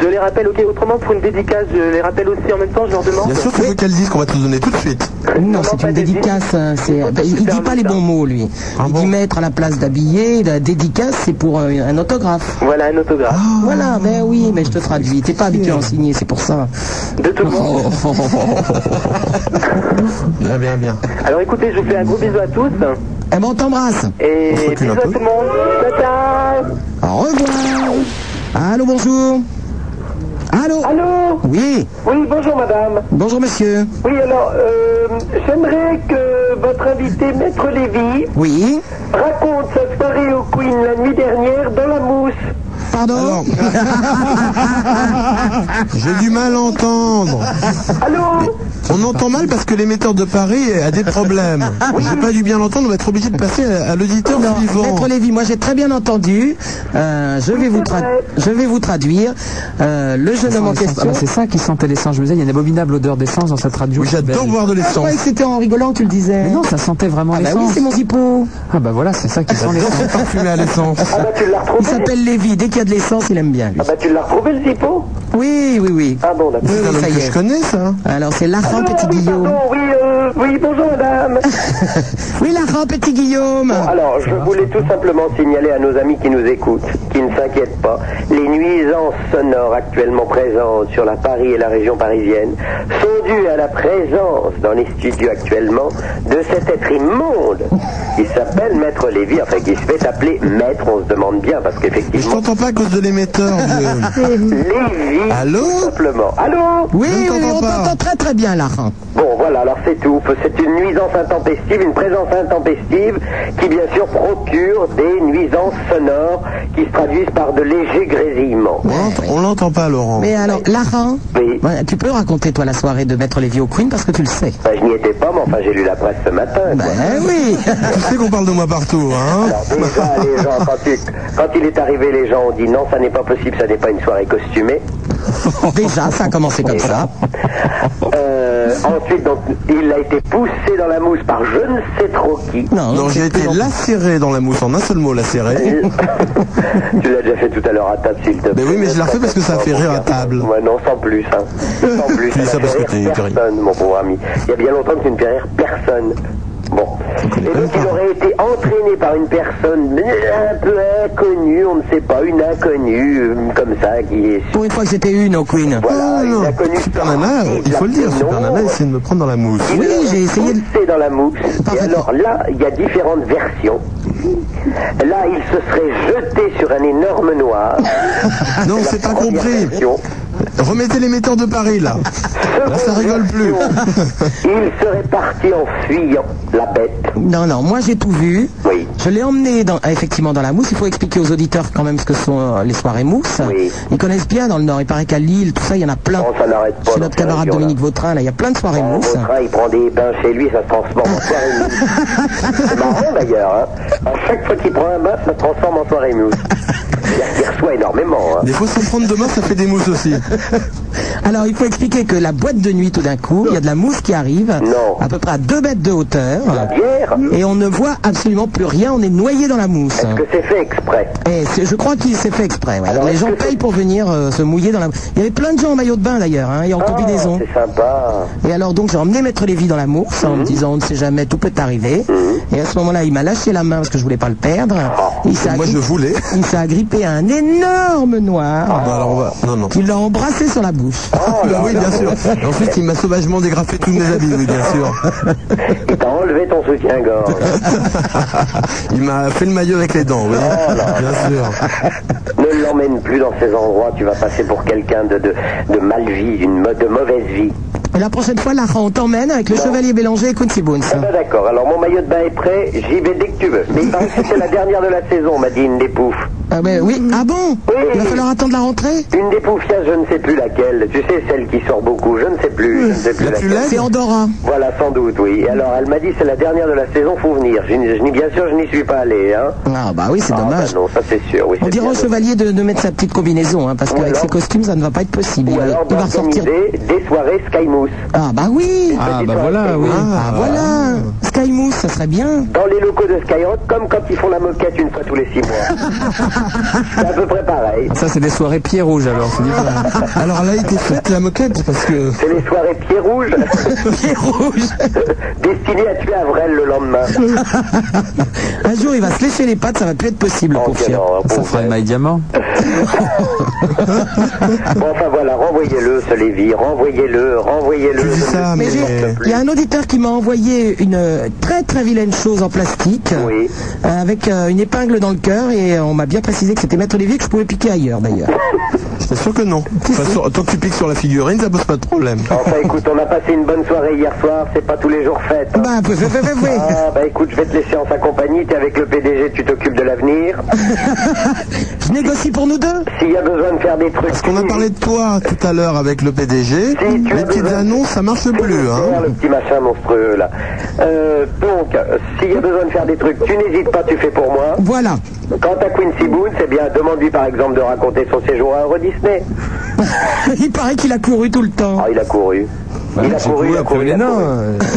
[SPEAKER 11] Je les rappelle, ok, autrement pour une dédicace, je les rappelle aussi en même temps, je leur demande...
[SPEAKER 4] Bien sûr, tu veux qu'elle dise qu'on va te le donner tout de suite.
[SPEAKER 1] Non, c'est une dédicace. hein, c'est- bah, il ne dit pas les bons mots, lui. Il dit mettre à la place d'habiller. La dédicace, c'est pour euh, un autographe.
[SPEAKER 11] Voilà, un autographe.
[SPEAKER 1] Voilà, mais oui, mais je te traduis. T'es pas habitué à en signer, c'est pour ça. Oh,
[SPEAKER 11] De tout le monde.
[SPEAKER 4] Bien, bien, bien.
[SPEAKER 11] Alors écoutez, je vous fais un gros bisou à tous.
[SPEAKER 1] Eh ben, on t'embrasse.
[SPEAKER 11] Et
[SPEAKER 1] On se recule
[SPEAKER 11] bisous
[SPEAKER 1] un
[SPEAKER 11] à
[SPEAKER 1] peu.
[SPEAKER 11] tout le monde. Ciao, ciao
[SPEAKER 1] Au revoir. Allô, bonjour. Allô
[SPEAKER 10] Allô
[SPEAKER 1] Oui.
[SPEAKER 10] Oui, bonjour madame.
[SPEAKER 1] Bonjour monsieur.
[SPEAKER 10] Oui, alors, euh, j'aimerais que votre invité, Maître Lévy,
[SPEAKER 1] oui.
[SPEAKER 10] raconte sa soirée au Queen la nuit dernière dans la mousse.
[SPEAKER 1] Pardon
[SPEAKER 4] J'ai du mal à entendre.
[SPEAKER 10] Allô
[SPEAKER 4] On entend mal parce que l'émetteur de Paris a des problèmes. J'ai pas dû bien l'entendre, on va être obligé de passer à, à l'auditeur
[SPEAKER 1] Non,
[SPEAKER 4] suivant.
[SPEAKER 1] Maître Lévy, moi j'ai très bien entendu. Euh, je, vais vous tra- je vais vous traduire. Euh, le jeune homme en question.
[SPEAKER 2] Ah, c'est ça qui sentait l'essence. Je me disais, il y a une abominable odeur d'essence dans cette radio.
[SPEAKER 1] Belle. Ah, je croyais que c'était en rigolant que tu le disais.
[SPEAKER 2] non, ça sentait vraiment
[SPEAKER 1] Ah bah
[SPEAKER 2] l'essence.
[SPEAKER 1] oui, c'est mon zippo.
[SPEAKER 2] Ah bah voilà, c'est ça qui sent l'essence.
[SPEAKER 4] parfumé à l'essence.
[SPEAKER 11] Ah, bah,
[SPEAKER 1] Il s'appelle Lévy. Dès qu'il y a de l'essence, il aime bien. lui.
[SPEAKER 10] Ah bah tu l'as retrouvé le zippo
[SPEAKER 1] Oui, oui, oui.
[SPEAKER 10] Ah bon, d'accord.
[SPEAKER 1] Oui, oui, ça y est.
[SPEAKER 4] connais ça. hein.
[SPEAKER 1] Alors c'est Laurent
[SPEAKER 10] Allô,
[SPEAKER 1] Petit
[SPEAKER 10] oui,
[SPEAKER 1] Guillaume.
[SPEAKER 10] pardon, oui, euh, oui, bonjour madame.
[SPEAKER 1] Oui, Laurent Petit Guillaume.
[SPEAKER 10] Alors, je voulais tout simplement signaler à nos amis qui nous écoutent, qui ne s'inquiètent pas, les nuisances sonores actuellement présentes sur la Paris et la région parisienne sont dues à la présence dans les studios actuellement de cet être immonde qui s'appelle Maître Lévy, enfin qui se fait appeler Maître, on se demande bien, parce
[SPEAKER 4] Mais je
[SPEAKER 10] qu'effectivement,
[SPEAKER 4] t'entends pas à cause de l'émetteur. de-
[SPEAKER 10] Lévy,
[SPEAKER 4] Allô
[SPEAKER 10] tout simplement. Allô
[SPEAKER 1] Oui, oui, on t'entend très très bien, Laurent.
[SPEAKER 10] Bon, voilà, alors c'est tout. C'est une nuisance intempestive, une présence intempestive qui, bien sûr, procure des nuisances sonores qui se traduisent par de légers grésillements.
[SPEAKER 4] On l'entend- On l'entend pas, Laurent.
[SPEAKER 1] Mais alors, Laurent,
[SPEAKER 10] Oui.
[SPEAKER 1] voilà, tu peux raconter toi la soirée de Maître Lévy au Queen parce que tu le sais.
[SPEAKER 10] Enfin, je n'y étais pas, mais enfin, j'ai lu la presse ce matin. quoi.
[SPEAKER 1] Ben oui.
[SPEAKER 4] Tu sais qu'on parle de moi partout, hein
[SPEAKER 10] Alors déjà, les gens, quand, tu- quand il est arrivé, les gens ont dit non, ça n'est pas possible, ça n'est pas une soirée costumée.
[SPEAKER 1] Déjà, ça a commencé comme ça.
[SPEAKER 10] Euh, ensuite, donc, il a été poussé dans la mousse par je ne sais trop qui.
[SPEAKER 1] Non,
[SPEAKER 4] Non,
[SPEAKER 1] c'est
[SPEAKER 4] j'ai été
[SPEAKER 1] plus-
[SPEAKER 4] lacéré dans la mousse, en un seul mot, lacéré.
[SPEAKER 10] tu l'as déjà fait tout à l'heure à table, s'il te plaît.
[SPEAKER 4] Mais oui, mais je la refais parce que ça fait rire à table.
[SPEAKER 10] Ouais, non, sans plus, hein. Sans plus.
[SPEAKER 4] Tu dis ça
[SPEAKER 10] ne
[SPEAKER 4] parce
[SPEAKER 10] fait
[SPEAKER 4] que
[SPEAKER 10] rire
[SPEAKER 4] t'es- t'es
[SPEAKER 10] Personne, mon pauvre ami. Il y a bien longtemps que tu ne fais rire personne. Bon. Et donc, il aurait été entraîné par une personne un peu inconnue, on ne sait pas, une inconnue, euh, comme ça, qui est...
[SPEAKER 1] Pour une fois que c'était une au Queen.
[SPEAKER 10] Voilà, une inconnue.
[SPEAKER 4] Super Nana, Ah, il faut le dire, Super Nana essaie de me prendre dans la mousse.
[SPEAKER 1] Oui, j'ai essayé de-
[SPEAKER 10] C'est dans la mousse. Et alors là, il y a différentes versions. Là, il se serait jeté sur un énorme noir.
[SPEAKER 4] Non, c'est pas compris.
[SPEAKER 10] Version.
[SPEAKER 4] Remettez l'émetteur de Paris, là. Là, ça rigole plus.
[SPEAKER 10] Il serait parti en fuyant la bête.
[SPEAKER 1] Non, non, moi j'ai tout vu.
[SPEAKER 10] Oui.
[SPEAKER 1] Je l'ai emmené dans, ah, effectivement dans la mousse. Il faut expliquer aux auditeurs quand même ce que sont euh, les soirées mousse.
[SPEAKER 10] Oui.
[SPEAKER 1] Ils connaissent bien dans le Nord. Il paraît qu'à Lille, tout ça, il y en a plein.
[SPEAKER 10] Non, ça n'arrête pas
[SPEAKER 1] Chez
[SPEAKER 10] dans
[SPEAKER 1] notre
[SPEAKER 10] ces
[SPEAKER 1] camarade
[SPEAKER 10] régions-là.
[SPEAKER 1] Dominique Vautrin, là, il y a plein de soirées
[SPEAKER 10] Ah,
[SPEAKER 1] mousse.
[SPEAKER 10] Vautrin, il prend des bains chez lui, ça se transforme en soirée mousse. C'est marrant d'ailleurs. Hein. À chaque fois qu'il prend un bain, ça se transforme en soirée mousse. C'est-à-dire qu'il reçoit énormément. hein.
[SPEAKER 4] Des fois, sans prendre demain, ça fait des mousses aussi.
[SPEAKER 1] Alors, il faut expliquer que la boîte de nuit, tout d'un coup, il y a de la mousse qui arrive,
[SPEAKER 10] Non.
[SPEAKER 1] à peu près à 2 mètres de hauteur,
[SPEAKER 10] La bière,
[SPEAKER 1] et on ne voit absolument plus rien, on est noyé dans la mousse.
[SPEAKER 10] est-ce que c'est fait exprès
[SPEAKER 1] Et Eh, c'est- je crois qu'il s'est fait exprès. ouais.
[SPEAKER 10] Alors,
[SPEAKER 1] les
[SPEAKER 10] est-ce
[SPEAKER 1] gens
[SPEAKER 10] que c'est-
[SPEAKER 1] payent pour venir euh, se mouiller dans la mousse. Il y avait plein de gens en maillot de bain d'ailleurs, hein, et en combinaison.
[SPEAKER 10] C'est sympa.
[SPEAKER 1] Et alors donc j'ai emmené Maître Lévy dans la mousse en me disant on ne sait jamais, tout peut arriver. Et à ce moment-là, il m'a lâché la main parce que je voulais pas le perdre. Il s'est
[SPEAKER 4] Moi,
[SPEAKER 1] agri-
[SPEAKER 4] je voulais.
[SPEAKER 1] il s'est agrippé à un énorme noir
[SPEAKER 4] Non, alors on va. Non, non.
[SPEAKER 1] qui l'a embrassé sur la bouche.
[SPEAKER 4] Bah oui, bien sûr. Et ensuite, il m'a sauvagement dégrafé tous mes habits, oui, bien sûr.
[SPEAKER 10] Il t'a enlevé ton soutien-gorge.
[SPEAKER 4] Il m'a fait le maillot avec les dents, oui. Bien sûr.
[SPEAKER 10] ne l'emmène plus dans ces endroits, tu vas passer pour quelqu'un de, de, de mal vie, d'une mo- de mauvaise vie.
[SPEAKER 1] Et la prochaine fois, Lara, on t'emmène avec le Chevalier Bélanger et Quincy Boons.
[SPEAKER 10] Ah ben d'accord, alors mon maillot de bain est prêt, j'y vais dès que tu veux. Mais il paraît que c'est la dernière de la saison, m'a dit une des poufs.
[SPEAKER 1] Ah ben oui, ah bon Il va falloir attendre la rentrée
[SPEAKER 10] Une des poufias, je ne sais plus laquelle. Tu sais, celle qui sort beaucoup, je ne sais plus. Je ne sais plus
[SPEAKER 1] La plus
[SPEAKER 10] laquelle.
[SPEAKER 1] laide C'est Andorra.
[SPEAKER 10] Voilà, sans doute, oui. Alors, elle m'a dit, c'est la dernière de la saison, faut venir. Je, n'y- je n'y- bien sûr, je n'y suis pas allé, hein.
[SPEAKER 1] Ah bah oui, c'est dommage.
[SPEAKER 10] non, ça c'est sûr, oui.
[SPEAKER 1] On
[SPEAKER 10] c'est
[SPEAKER 1] dira
[SPEAKER 10] bien
[SPEAKER 1] au Chevalier de, de mettre sa petite combinaison, hein, parce qu'avec ses costumes, ça ne va pas être possible. Il va-
[SPEAKER 10] Alors,
[SPEAKER 1] il va ressortir.
[SPEAKER 10] d'organiser des soirées Skymousse.
[SPEAKER 1] Ah bah oui
[SPEAKER 10] Ah, bah voilà, oui.
[SPEAKER 1] Ah,
[SPEAKER 10] Ah.
[SPEAKER 1] voilà Skymousse, ça serait bien.
[SPEAKER 10] Dans les locaux de Skyrock, comme quand ils font la moquette une fois tous les six mois. c'est à peu près pareil.
[SPEAKER 2] Ça, c'est des soirées pieds rouges alors. c'est différent.
[SPEAKER 4] Alors elle a été faite la moquette parce que.
[SPEAKER 10] C'est les soirées pieds rouges.
[SPEAKER 1] pieds rouges.
[SPEAKER 10] Destinées à tuer Avrel le lendemain.
[SPEAKER 1] Un jour, il va se lécher les pattes, ça va plus être possible, pour fier.
[SPEAKER 2] Ça ferait maille diamant.
[SPEAKER 10] Bon, enfin voilà, renvoyez-le, ce Lévi, renvoyez-le, renvoyez-le. Je ne
[SPEAKER 1] Mais j'ai- il y a un auditeur qui m'a envoyé une euh, très très vilaine chose en plastique euh, avec euh, une épingle dans le cœur et euh, on m'a bien précisé que c'était Maître Olivier que je pouvais piquer ailleurs d'ailleurs.
[SPEAKER 4] C'est sûr que non. De toute façon, tant que tu piques sur la figurine, ça pose pas de problème.
[SPEAKER 10] Enfin écoute, on a passé une bonne soirée hier soir, c'est pas tous les jours fête.
[SPEAKER 1] Bah,
[SPEAKER 10] Ah, bah écoute, je vais te laisser en sa compagnie, t'es avec le PDG, tu t'occupes de l'avenir.
[SPEAKER 1] je négocie pour nous deux
[SPEAKER 10] S'il y a besoin de faire des trucs.
[SPEAKER 4] Parce qu'on a parlé de toi tout à l'heure avec le PDG. Les petites annonces, ça marche plus.
[SPEAKER 10] Faire
[SPEAKER 4] Hein.
[SPEAKER 10] le petit machin monstrueux là. Euh, donc, euh, s'il y a besoin de faire des trucs, tu n'hésites pas, tu fais pour moi.
[SPEAKER 1] Voilà.
[SPEAKER 10] Quant à Quincy Boone, c'est bien, demande-lui par exemple de raconter son séjour à Euro Disney.
[SPEAKER 1] Il paraît qu'il a couru tout le temps.
[SPEAKER 10] Ah, il a couru. il a
[SPEAKER 5] J'ai
[SPEAKER 10] couru, il a
[SPEAKER 5] après
[SPEAKER 10] couru.
[SPEAKER 5] les nains. euh,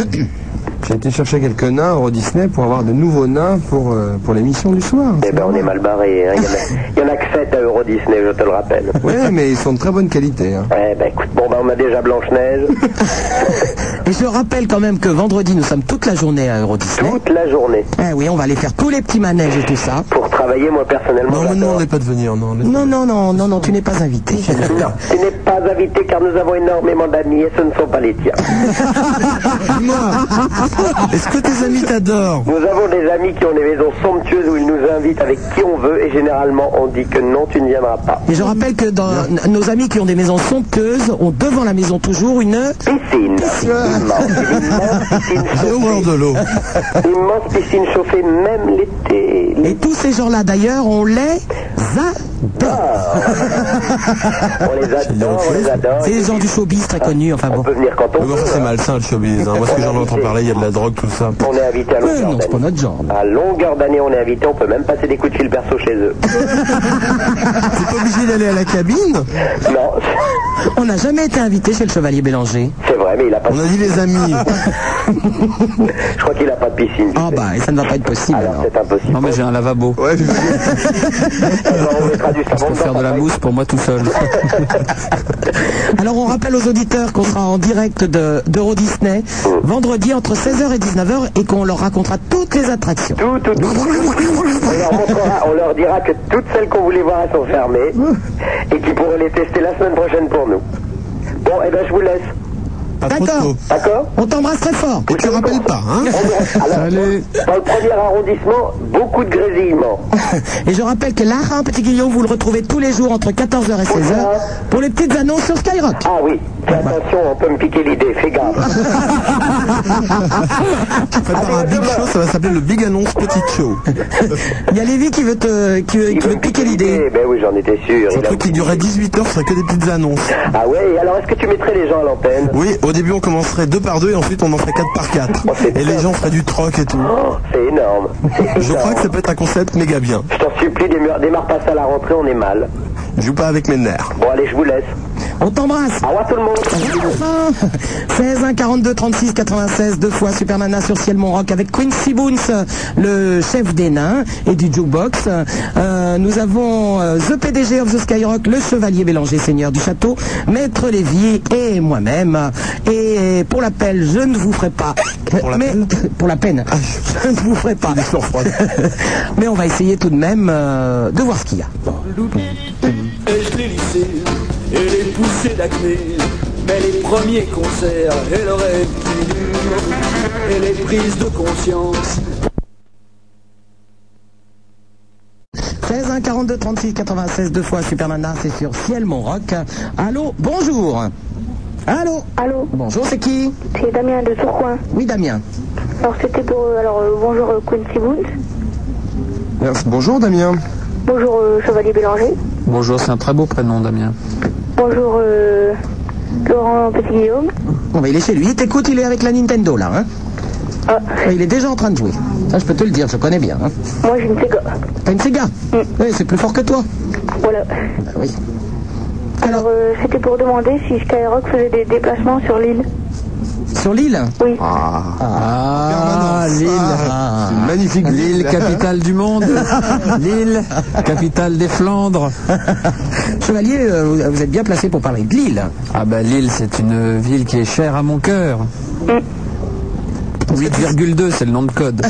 [SPEAKER 5] J'ai été chercher quelques nains au Disney pour avoir de nouveaux nains pour, euh, pour l'émission du soir.
[SPEAKER 10] Eh ben, on est mal barré. hein. Il, y en a- il y en a que 7 à Euro Disney, je te le rappelle.
[SPEAKER 5] Ouais, mais ils sont de très bonne qualité. hein.
[SPEAKER 10] Eh ben, écoute, bon, ben, on a déjà Blanche-Neige.
[SPEAKER 1] Et je rappelle quand même que vendredi nous sommes toute la journée à Euro Disney.
[SPEAKER 10] Toute la journée.
[SPEAKER 1] Eh oui, on va aller faire tous les petits manèges et tout ça.
[SPEAKER 10] Pour travailler, moi, personnellement.
[SPEAKER 4] Non, mais
[SPEAKER 10] j'adore.
[SPEAKER 4] non, on n'est pas de venir. Non, on est-
[SPEAKER 1] Non, non, non, non, non, tu n'es pas invité.
[SPEAKER 10] Non, tu n'es pas invité car nous avons énormément d'amis et ce ne sont pas les tiens.
[SPEAKER 4] Est-ce que tes amis t'adorent
[SPEAKER 10] Nous avons des amis qui ont des maisons somptueuses où ils nous invitent avec qui on veut et généralement on dit que non, tu ne viendras pas.
[SPEAKER 1] Et je rappelle que dans nos amis qui ont des maisons somptueuses ont devant la maison toujours une
[SPEAKER 10] Piscine. Immense, immense piscine
[SPEAKER 4] Allez au bord de l'eau.
[SPEAKER 10] chauffée. Immense piscine chauffée même
[SPEAKER 4] Eh
[SPEAKER 10] l'été.
[SPEAKER 4] ben,
[SPEAKER 1] Et tous ces gens-là, d'ailleurs, on les adore.
[SPEAKER 10] On les adore, on les adore.
[SPEAKER 1] C'est les gens du showbiz très connus, enfin
[SPEAKER 10] On
[SPEAKER 1] bon.
[SPEAKER 10] peut venir quand on
[SPEAKER 4] Mais bon,
[SPEAKER 10] veut.
[SPEAKER 4] ça, c'est
[SPEAKER 10] hein.
[SPEAKER 4] malsain le showbiz. hein. Moi, ce que j'en entends parler, il y a de la drogue, tout ça.
[SPEAKER 10] On est invité à
[SPEAKER 1] Ouais,
[SPEAKER 10] longueur
[SPEAKER 1] Euh, non, c'est pas
[SPEAKER 10] d'année.
[SPEAKER 1] notre genre.
[SPEAKER 10] À longueur d'année, on est invité, on peut même passer des coups de fil perso chez eux.
[SPEAKER 4] T'es pas obligé d'aller à la cabine
[SPEAKER 10] non,
[SPEAKER 1] On n'a jamais été invité chez le Chevalier Bélanger.
[SPEAKER 10] c'est vrai, mais il a pas.
[SPEAKER 4] On a dit les amis.
[SPEAKER 10] Je crois qu'il a pas de piscine. tu
[SPEAKER 1] Ah
[SPEAKER 10] sais.
[SPEAKER 1] bah, et ça ne va pas être possible
[SPEAKER 10] Alors
[SPEAKER 1] alors.
[SPEAKER 10] c'est impossible.
[SPEAKER 2] Non, mais j'ai un lavabo.
[SPEAKER 4] Ouais, j'ai-
[SPEAKER 10] Alors, on mettra du
[SPEAKER 2] Je
[SPEAKER 10] savon
[SPEAKER 2] peux faire
[SPEAKER 10] dedans,
[SPEAKER 2] de la
[SPEAKER 10] pareil.
[SPEAKER 2] mousse pour moi tout seul.
[SPEAKER 1] Alors on rappelle aux auditeurs qu'on sera en direct de- d'Euro Disney vendredi entre 16h et 19h et qu'on leur racontera toutes les attractions.
[SPEAKER 10] Tout, tout, tout. On leur, montrera- on leur dira que toutes celles qu'on voulait voir elles sont fermées et qu'ils pourraient les tester la semaine prochaine pour nous. Bon, eh ben je vous laisse.
[SPEAKER 4] Pas trop
[SPEAKER 1] D'accord.
[SPEAKER 4] tôt.
[SPEAKER 10] D'accord
[SPEAKER 1] On t'embrasse très fort.
[SPEAKER 4] Et tu rappelles pas, hein
[SPEAKER 2] Allez.
[SPEAKER 10] Dans le premier arrondissement, beaucoup de grésillements.
[SPEAKER 1] Et je rappelle que Lara Petit Guillaume, vous le retrouvez tous les jours entre 14h et 16h pour les petites annonces sur Skyrock.
[SPEAKER 10] Ah oui, fais attention, on peut me piquer l'idée, fais gaffe.
[SPEAKER 4] Prépare un big show, ça va s'appeler le Big Annonce Petite Show.
[SPEAKER 1] Il y a Lévi qui veut te qui veut-
[SPEAKER 10] Il
[SPEAKER 1] qui
[SPEAKER 10] veut
[SPEAKER 1] veut
[SPEAKER 10] me
[SPEAKER 1] piquer l'idée.
[SPEAKER 10] Ben oui, j'en étais sûr.
[SPEAKER 4] Un
[SPEAKER 10] Il a-
[SPEAKER 4] truc qui durait 18 heures, ce serait que des petites annonces.
[SPEAKER 10] Ah ouais, et alors est-ce que tu mettrais les gens à l'antenne
[SPEAKER 4] Oui, au début on commencerait deux par deux et ensuite on en ferait quatre par quatre. Et les gens feraient du troc et tout.
[SPEAKER 10] Oh, C'est énorme. C'est
[SPEAKER 4] Je crois
[SPEAKER 10] énorme.
[SPEAKER 4] que ça peut être un concept méga bien.
[SPEAKER 10] Je t'en supplie, démarre, démarre pas ça à la rentrée, on est mal.
[SPEAKER 4] Je joue pas avec mes nerfs.
[SPEAKER 10] Bon, allez, je vous laisse.
[SPEAKER 1] On t'embrasse.
[SPEAKER 10] Au revoir tout le monde.
[SPEAKER 1] 16 1 42 36 96 deux fois Super Nana sur Ciel Mon Rock avec Quincy Boons, le chef des nains et du jukebox. Euh, nous avons euh, The PDG of the Skyrock, le chevalier Bélanger seigneur du château, Maître Lévier et moi-même. Et pour l'appel, je ne vous ferai pas. mais pour la peine, Ah. je ne vous ferai pas. mais on va essayer tout de même euh, de voir ce qu'il y a.
[SPEAKER 12] Et je l'ai lissé, et les poussées d'acné, mais les premiers concerts et le rêve qui dure, et les prises de conscience.
[SPEAKER 1] 16 1 42 36 96 deux fois Super Nana, c'est sur Ciel Mon Rock. Allô, bonjour. Allô
[SPEAKER 9] Allô
[SPEAKER 1] Bonjour, c'est qui
[SPEAKER 9] C'est Damien de Tourcoing.
[SPEAKER 1] Oui, Damien.
[SPEAKER 9] Alors c'était pour... euh, alors euh, bonjour euh, Quincy Boone.
[SPEAKER 5] Bonjour Damien.
[SPEAKER 9] Bonjour euh, Chevalier Bélanger.
[SPEAKER 2] Bonjour, c'est un très beau prénom, Damien.
[SPEAKER 9] Bonjour euh, Laurent Petit-Guillaume.
[SPEAKER 1] Bon, bah, il est chez lui. T'écoutes, il est avec la Nintendo, là. Hein
[SPEAKER 9] Ah,
[SPEAKER 1] Ouais, Il est déjà en train de jouer. Ça, je peux te le dire, je connais bien. hein.
[SPEAKER 9] Moi j'ai une Sega.
[SPEAKER 1] T'as une Sega Oui, c'est plus fort que toi.
[SPEAKER 9] Voilà.
[SPEAKER 1] Bah oui.
[SPEAKER 9] Alors euh, c'était pour demander si Skyrock faisait des déplacements sur l'île.
[SPEAKER 1] Sur Ah, l'île
[SPEAKER 9] Oui.
[SPEAKER 1] Ah, l'île.
[SPEAKER 5] Ah.
[SPEAKER 10] Ah.
[SPEAKER 5] magnifique
[SPEAKER 2] L'île,
[SPEAKER 1] ville.
[SPEAKER 2] capitale du monde. L'île, capitale des Flandres.
[SPEAKER 1] Chevalier, euh, vous- vous êtes bien placé pour parler de Lille.
[SPEAKER 2] Ah bah Lille, c'est une ville qui est chère à mon cœur. 8,2, c'est le nom de code.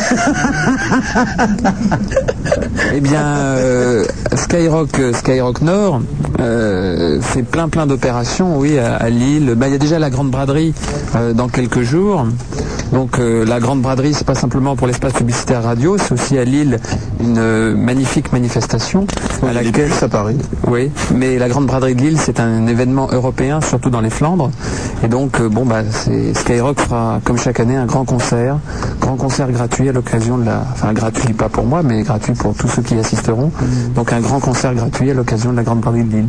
[SPEAKER 2] eh bien, euh, Skyrock, euh, Skyrock Nord euh, fait plein plein d'opérations, oui, à, à Lille. Bah, Il y a déjà la Grande Braderie euh, dans quelques jours. Donc euh, la Grande Braderie, c'est pas simplement pour l'espace publicitaire radio, c'est aussi à Lille une euh, magnifique manifestation à laquelle à Paris. Oui, mais la Grande Braderie de Lille, c'est un événement européen, surtout dans les Flandres. Et donc euh, bon bah c'est Skyrock fera comme chaque année un grand concert, grand concert gratuit à l'occasion de la, enfin gratuit pas pour moi, mais gratuit pour tous ceux qui y assisteront.
[SPEAKER 5] Mmh.
[SPEAKER 2] Donc un grand concert gratuit à l'occasion de la Grande Braderie de Lille.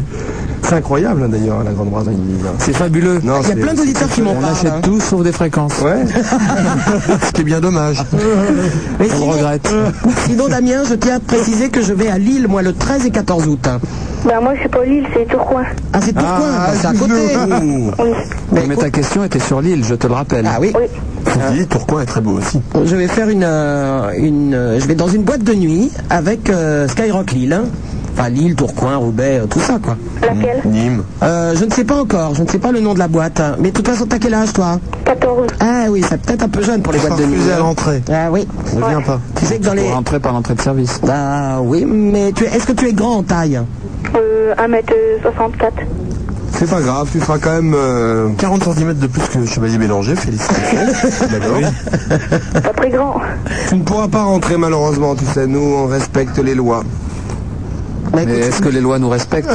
[SPEAKER 5] C'est incroyable hein, d'ailleurs la Grande Bretagne.
[SPEAKER 2] C'est fabuleux.
[SPEAKER 5] Non,
[SPEAKER 2] Il y a
[SPEAKER 5] c'est-
[SPEAKER 2] plein d'auditeurs
[SPEAKER 5] c'est-
[SPEAKER 2] qui m'en
[SPEAKER 5] on
[SPEAKER 2] parlent,
[SPEAKER 5] achète
[SPEAKER 2] hein. tout sauf des fréquences.
[SPEAKER 5] Ouais.
[SPEAKER 4] Ce qui est bien dommage.
[SPEAKER 1] Mais sinon,
[SPEAKER 2] Euh,
[SPEAKER 1] sinon, Damien, je tiens à te préciser que je vais à Lille, moi, le 13 et 14 août. hein.
[SPEAKER 9] Bah moi je suis pas l'île, c'est Tourcoing.
[SPEAKER 1] Ah c'est Tourcoing,
[SPEAKER 2] Ah,
[SPEAKER 1] bah, c'est à côté.
[SPEAKER 2] Mais, ta question était sur l'île, je te le rappelle.
[SPEAKER 1] Ah oui.
[SPEAKER 5] Oui, Tourcoing est très beau aussi.
[SPEAKER 1] Je vais faire une, euh, une euh, je vais dans une boîte de nuit avec euh, Skyrock Lille. hein. Enfin Lille, Tourcoing, Roubaix, euh, tout ça quoi.
[SPEAKER 9] Laquelle
[SPEAKER 5] Nîmes.
[SPEAKER 1] Euh, je ne sais pas encore, je ne sais pas le nom de la boîte. hein. Mais de toute façon, t'as quel âge toi
[SPEAKER 9] 14.
[SPEAKER 1] Ah oui, c'est peut-être un peu jeune pour les boîtes de nuit.
[SPEAKER 4] Refusé à
[SPEAKER 1] hein.
[SPEAKER 4] l'entrée.
[SPEAKER 1] Ah oui.
[SPEAKER 4] Ne viens pas.
[SPEAKER 1] Tu sais que dans les.
[SPEAKER 2] Entrée par l'entrée de service.
[SPEAKER 1] Ah oui, mais tu es- est-ce que tu es grand en taille
[SPEAKER 9] Euh, 1m64.
[SPEAKER 5] C'est pas grave, tu feras quand même euh, 40 cm de plus que Chevalier Bélanger, félicitations. D'accord.
[SPEAKER 9] Pas très grand.
[SPEAKER 5] Tu ne pourras pas rentrer malheureusement, tu sais, nous on respecte les lois.
[SPEAKER 1] Bah
[SPEAKER 2] Mais est-ce que les lois nous respectent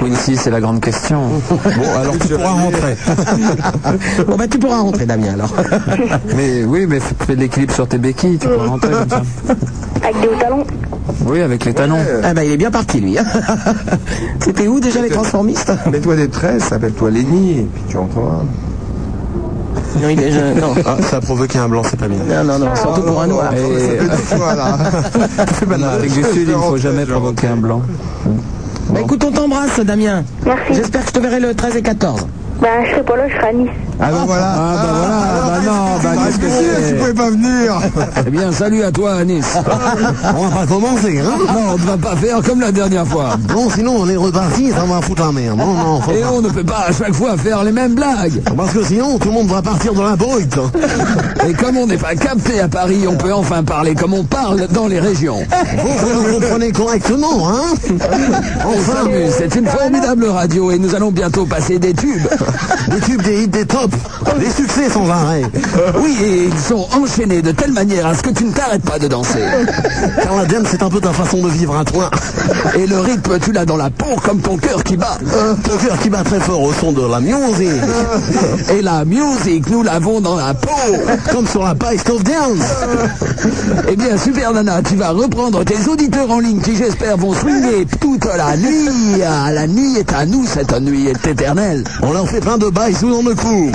[SPEAKER 2] Quincy, c'est la grande question.
[SPEAKER 5] Bon, alors tu pourras rentrer.
[SPEAKER 1] Bon bah tu pourras rentrer Damien alors.
[SPEAKER 2] Mais oui, mais fais fais de l'équilibre sur tes béquilles, tu pourras rentrer comme ça.
[SPEAKER 9] Avec des hauts talons.
[SPEAKER 2] Oui, avec les talons.
[SPEAKER 1] Ah bah il est bien parti lui. hein. C'était où déjà les transformistes
[SPEAKER 5] Mets-toi des tresses, appelle-toi Lenny, et puis tu rentreras.
[SPEAKER 1] Non, il est jeune. Non.
[SPEAKER 4] Ah, ça a provoqué un blanc, c'est pas bien.
[SPEAKER 1] Non, non, non, surtout pour un
[SPEAKER 4] Ah,
[SPEAKER 1] noir.
[SPEAKER 2] Et avec du sud, il ne faut jamais provoquer un blanc.
[SPEAKER 1] Bah écoute, on t'embrasse, Damien.
[SPEAKER 9] Merci.
[SPEAKER 1] J'espère que je te verrai le 13 et 14.
[SPEAKER 9] Bah
[SPEAKER 13] Ben,
[SPEAKER 9] je serai pas là, je serai à Nice.
[SPEAKER 5] Ah bah voilà. Ah,
[SPEAKER 2] Ah bah voilà, bah non,
[SPEAKER 4] ah,
[SPEAKER 2] bah qu'est-ce que
[SPEAKER 4] Tu
[SPEAKER 2] c'est
[SPEAKER 4] pouvais pas venir
[SPEAKER 2] Eh bien, salut à toi, Anis.
[SPEAKER 4] Ah, On va pas commencer, hein
[SPEAKER 2] Non, on ne va pas faire comme la dernière fois.
[SPEAKER 4] Non, sinon on est reparti, ça va foutre la merde. Non, non, faut
[SPEAKER 2] Et
[SPEAKER 4] pas.
[SPEAKER 2] on ne peut pas à chaque fois faire les mêmes blagues.
[SPEAKER 4] Parce que sinon tout le monde va partir dans la brute.
[SPEAKER 2] Et comme on n'est pas capté à Paris, on peut enfin parler comme on parle dans les régions.
[SPEAKER 4] Vous, vous nous comprenez correctement, hein Enfin,
[SPEAKER 2] Salut, C'est une formidable radio et nous allons bientôt passer des tubes.
[SPEAKER 4] des tubes, des hits, des tops, des succès sans arrêt.
[SPEAKER 2] Oui, et ils sont enchaînés de telle manière à ce que tu ne t'arrêtes pas de danser.
[SPEAKER 4] Car la jam, c'est un peu ta façon de vivre à toi.
[SPEAKER 2] Et le rythme, tu l'as dans la peau comme ton cœur qui bat.
[SPEAKER 4] Euh, ton cœur qui bat très fort au son de la musique,
[SPEAKER 2] Et la musique, nous l'avons dans la peau.
[SPEAKER 4] comme sur la paille Stove Dance.
[SPEAKER 2] Eh bien, Super Nana, tu vas reprendre tes auditeurs en ligne qui, j'espère, vont swinguer toute la nuit. Ah, La nuit est à nous, cette nuit est éternelle.
[SPEAKER 4] On leur fait plein de bails sous dans le cou.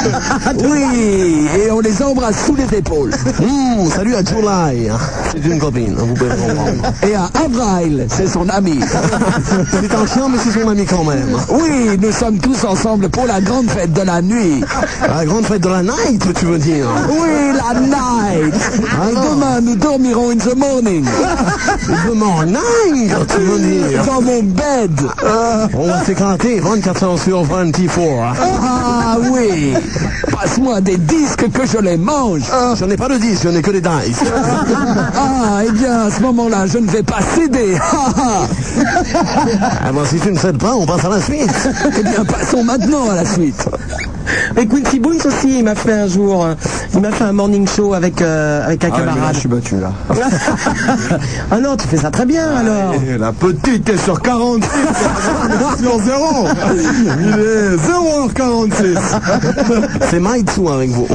[SPEAKER 2] Oui, et on les embrasse sous les épaules.
[SPEAKER 4] Hum, salut à July. C'est une copine, vous pouvez le comprendre.
[SPEAKER 2] Et à Abrail, c'est son ami.
[SPEAKER 4] C'est un chien, mais c'est son ami quand même.
[SPEAKER 2] Oui, nous sommes tous ensemble pour la grande fête de la nuit.
[SPEAKER 4] La grande fête de la night, tu veux dire Ah
[SPEAKER 2] Oui, la night. Et demain, nous dormirons in the morning.
[SPEAKER 4] Le morning, tu veux dire Ah,
[SPEAKER 2] Dans mon bed.
[SPEAKER 4] On va s'éclater 24 heures sur 24.
[SPEAKER 2] Ah oui. Passe-moi des disques que je les mange.
[SPEAKER 4] Ah, Je n'ai pas de 10, je n'ai que des dice.
[SPEAKER 2] Ah, eh bien, à ce moment-là, je ne vais pas céder. Ah, ah.
[SPEAKER 4] Ah ben, si tu ne cèdes pas, on passe à la suite.
[SPEAKER 2] Eh bien, passons maintenant à la suite.
[SPEAKER 1] Mais Quincy Boons aussi, il m'a fait un jour, euh, il m'a fait un morning show avec, euh, avec un
[SPEAKER 5] Ah ouais, mais là,
[SPEAKER 1] camarade.
[SPEAKER 5] je suis battu là.
[SPEAKER 1] ah non, tu fais ça très bien alors.
[SPEAKER 5] Et la petite est sur 46, elle est sur 0. Il est 0h46.
[SPEAKER 4] C'est Mike
[SPEAKER 5] hein,
[SPEAKER 4] Sou avec vous.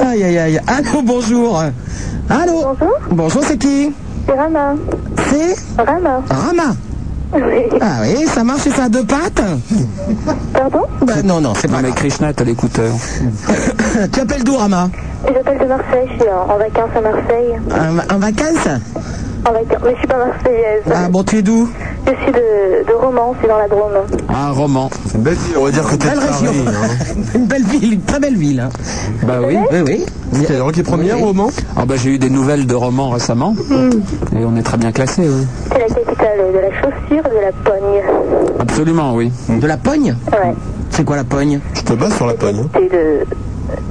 [SPEAKER 5] Ah,
[SPEAKER 1] aïe aïe aïe. Allô, bonjour. Allô. Bonjour. Bonjour, c'est qui C'est Rama. C'est Rama. Rama. Ah oui, ça marche et ça a deux pattes Pardon Non, non, c'est pas
[SPEAKER 2] mais Krishna, t'as l'écouteur.
[SPEAKER 1] Tu appelles d'où, Rama
[SPEAKER 13] J'appelle de Marseille, je suis en, en vacances à Marseille.
[SPEAKER 1] En en vacances
[SPEAKER 13] En vacances, mais je suis pas marseillaise.
[SPEAKER 1] Ah bon, tu es d'où
[SPEAKER 13] Je suis de, de Romans, c'est dans la Drôme.
[SPEAKER 2] Un roman.
[SPEAKER 5] C'est belle ville, on va dire que t'es
[SPEAKER 1] Belle
[SPEAKER 5] de Paris,
[SPEAKER 1] région.
[SPEAKER 5] hein.
[SPEAKER 1] oh. Une belle ville, une très belle ville. hein.
[SPEAKER 2] Bah oui.
[SPEAKER 1] Oui, oui.
[SPEAKER 2] C'est le premier roman Ah bah j'ai eu des nouvelles de romans récemment. Et on est très bien classé, oui.
[SPEAKER 13] C'est la capitale de la chaussure et de la pogne.
[SPEAKER 2] Absolument, oui.
[SPEAKER 5] Hmm.
[SPEAKER 1] De la pogne
[SPEAKER 13] Ouais.
[SPEAKER 1] C'est quoi la pogne
[SPEAKER 5] Je te bats sur la pogne.
[SPEAKER 13] C'est de,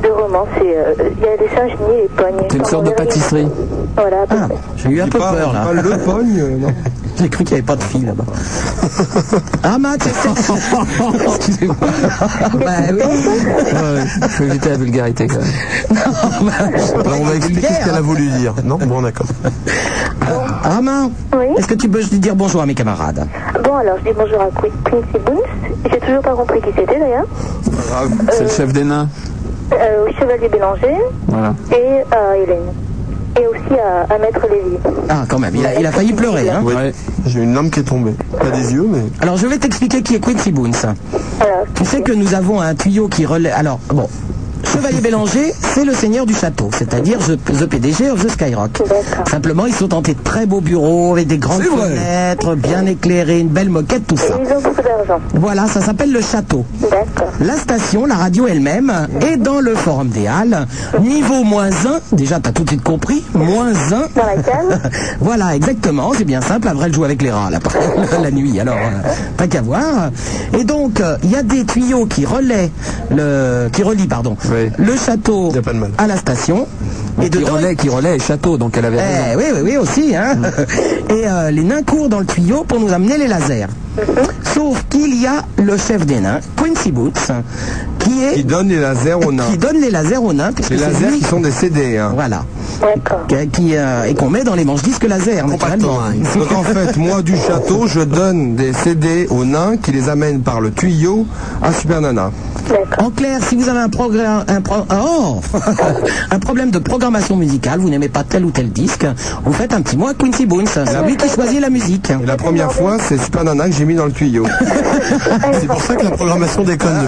[SPEAKER 13] de Romans, c'est. euh, Il y a des singes et des pognes.
[SPEAKER 2] C'est une sorte de pâtisserie.
[SPEAKER 13] Voilà, à peu près.
[SPEAKER 1] Ah, J'ai eu un peu peur là.
[SPEAKER 5] le pogne, euh, non
[SPEAKER 1] J'ai cru qu'il n'y avait pas de fille là-bas. ah, mince Excusez-moi. bah oui.
[SPEAKER 2] Il faut éviter la vulgarité quand même.
[SPEAKER 1] Bah,
[SPEAKER 5] Alors, on va expliquer ce qu'elle a voulu dire. Non Bon, d'accord.
[SPEAKER 1] Rama, Ah, est-ce que tu peux juste dire bonjour à mes camarades
[SPEAKER 13] Bon, alors je dis bonjour à Qu- Quincy Boons. J'ai toujours pas compris qui c'était d'ailleurs.
[SPEAKER 2] C'est le chef des nains.
[SPEAKER 13] Euh, au Chevalier Bélanger
[SPEAKER 2] Voilà.
[SPEAKER 13] et à Hélène. Et aussi à, à Maître Lévy.
[SPEAKER 1] Ah, quand même, il a, il a failli pleurer. Hein.
[SPEAKER 5] J'ai une lame qui est tombée. Pas des yeux, mais.
[SPEAKER 1] Alors, je vais t'expliquer qui est Quincy Boons. Tu sais que nous avons un tuyau qui relève. Alors, bon. Chevalier Bélanger, c'est le seigneur du château, c'est-à-dire the, the PDG of the Skyrock. Simplement, ils sont dans des très beaux bureaux avec des grandes fenêtres, bien éclairées, une belle moquette, tout ça.
[SPEAKER 13] Ils ont beaucoup d'argent.
[SPEAKER 1] Voilà, ça s'appelle le château. La station, la radio elle-même, est dans le forum des Halles. Niveau moins 1, déjà t'as tout de suite compris, moins 1. Dans
[SPEAKER 13] la cave
[SPEAKER 1] Voilà, exactement, c'est bien simple, après elle joue avec les rats là, par- la nuit, alors euh, pas qu'à voir. Et donc, euh, il y a des tuyaux qui relaient, le, qui relient pardon, le château à la station. Et
[SPEAKER 2] qui relaie, qui relaie et château, donc elle avait raison.
[SPEAKER 1] Eh, oui, oui, oui, aussi. hein. Et euh, les nains courent dans le tuyau pour nous amener les lasers.
[SPEAKER 13] Mm-hmm.
[SPEAKER 1] Sauf qu'il y a le chef des nains, Quincy Boots, qui est... Qui
[SPEAKER 5] donne les lasers aux nains.
[SPEAKER 1] Qui donne les lasers aux nains. puisque
[SPEAKER 5] Les
[SPEAKER 1] c'est
[SPEAKER 5] lasers
[SPEAKER 1] lui
[SPEAKER 5] qui sont des CD. Hein.
[SPEAKER 1] Voilà. Qui- qui, euh, et qu'on met dans les manches disques laser, naturellement.
[SPEAKER 5] Donc en fait, moi du château, je donne des CD aux nains qui les amènent par le tuyau à Super Nana.
[SPEAKER 1] En clair, si vous avez un, progr- un, pro- oh un problème de programmation musicale, vous n'aimez pas tel ou tel disque, vous faites un petit mot à Quincy Boons. C'est lui qui choisit la musique.
[SPEAKER 5] Et la première fois, c'est Super Nana que j'ai mis dans le tuyau. Ah, c'est pour ça que la programmation déconne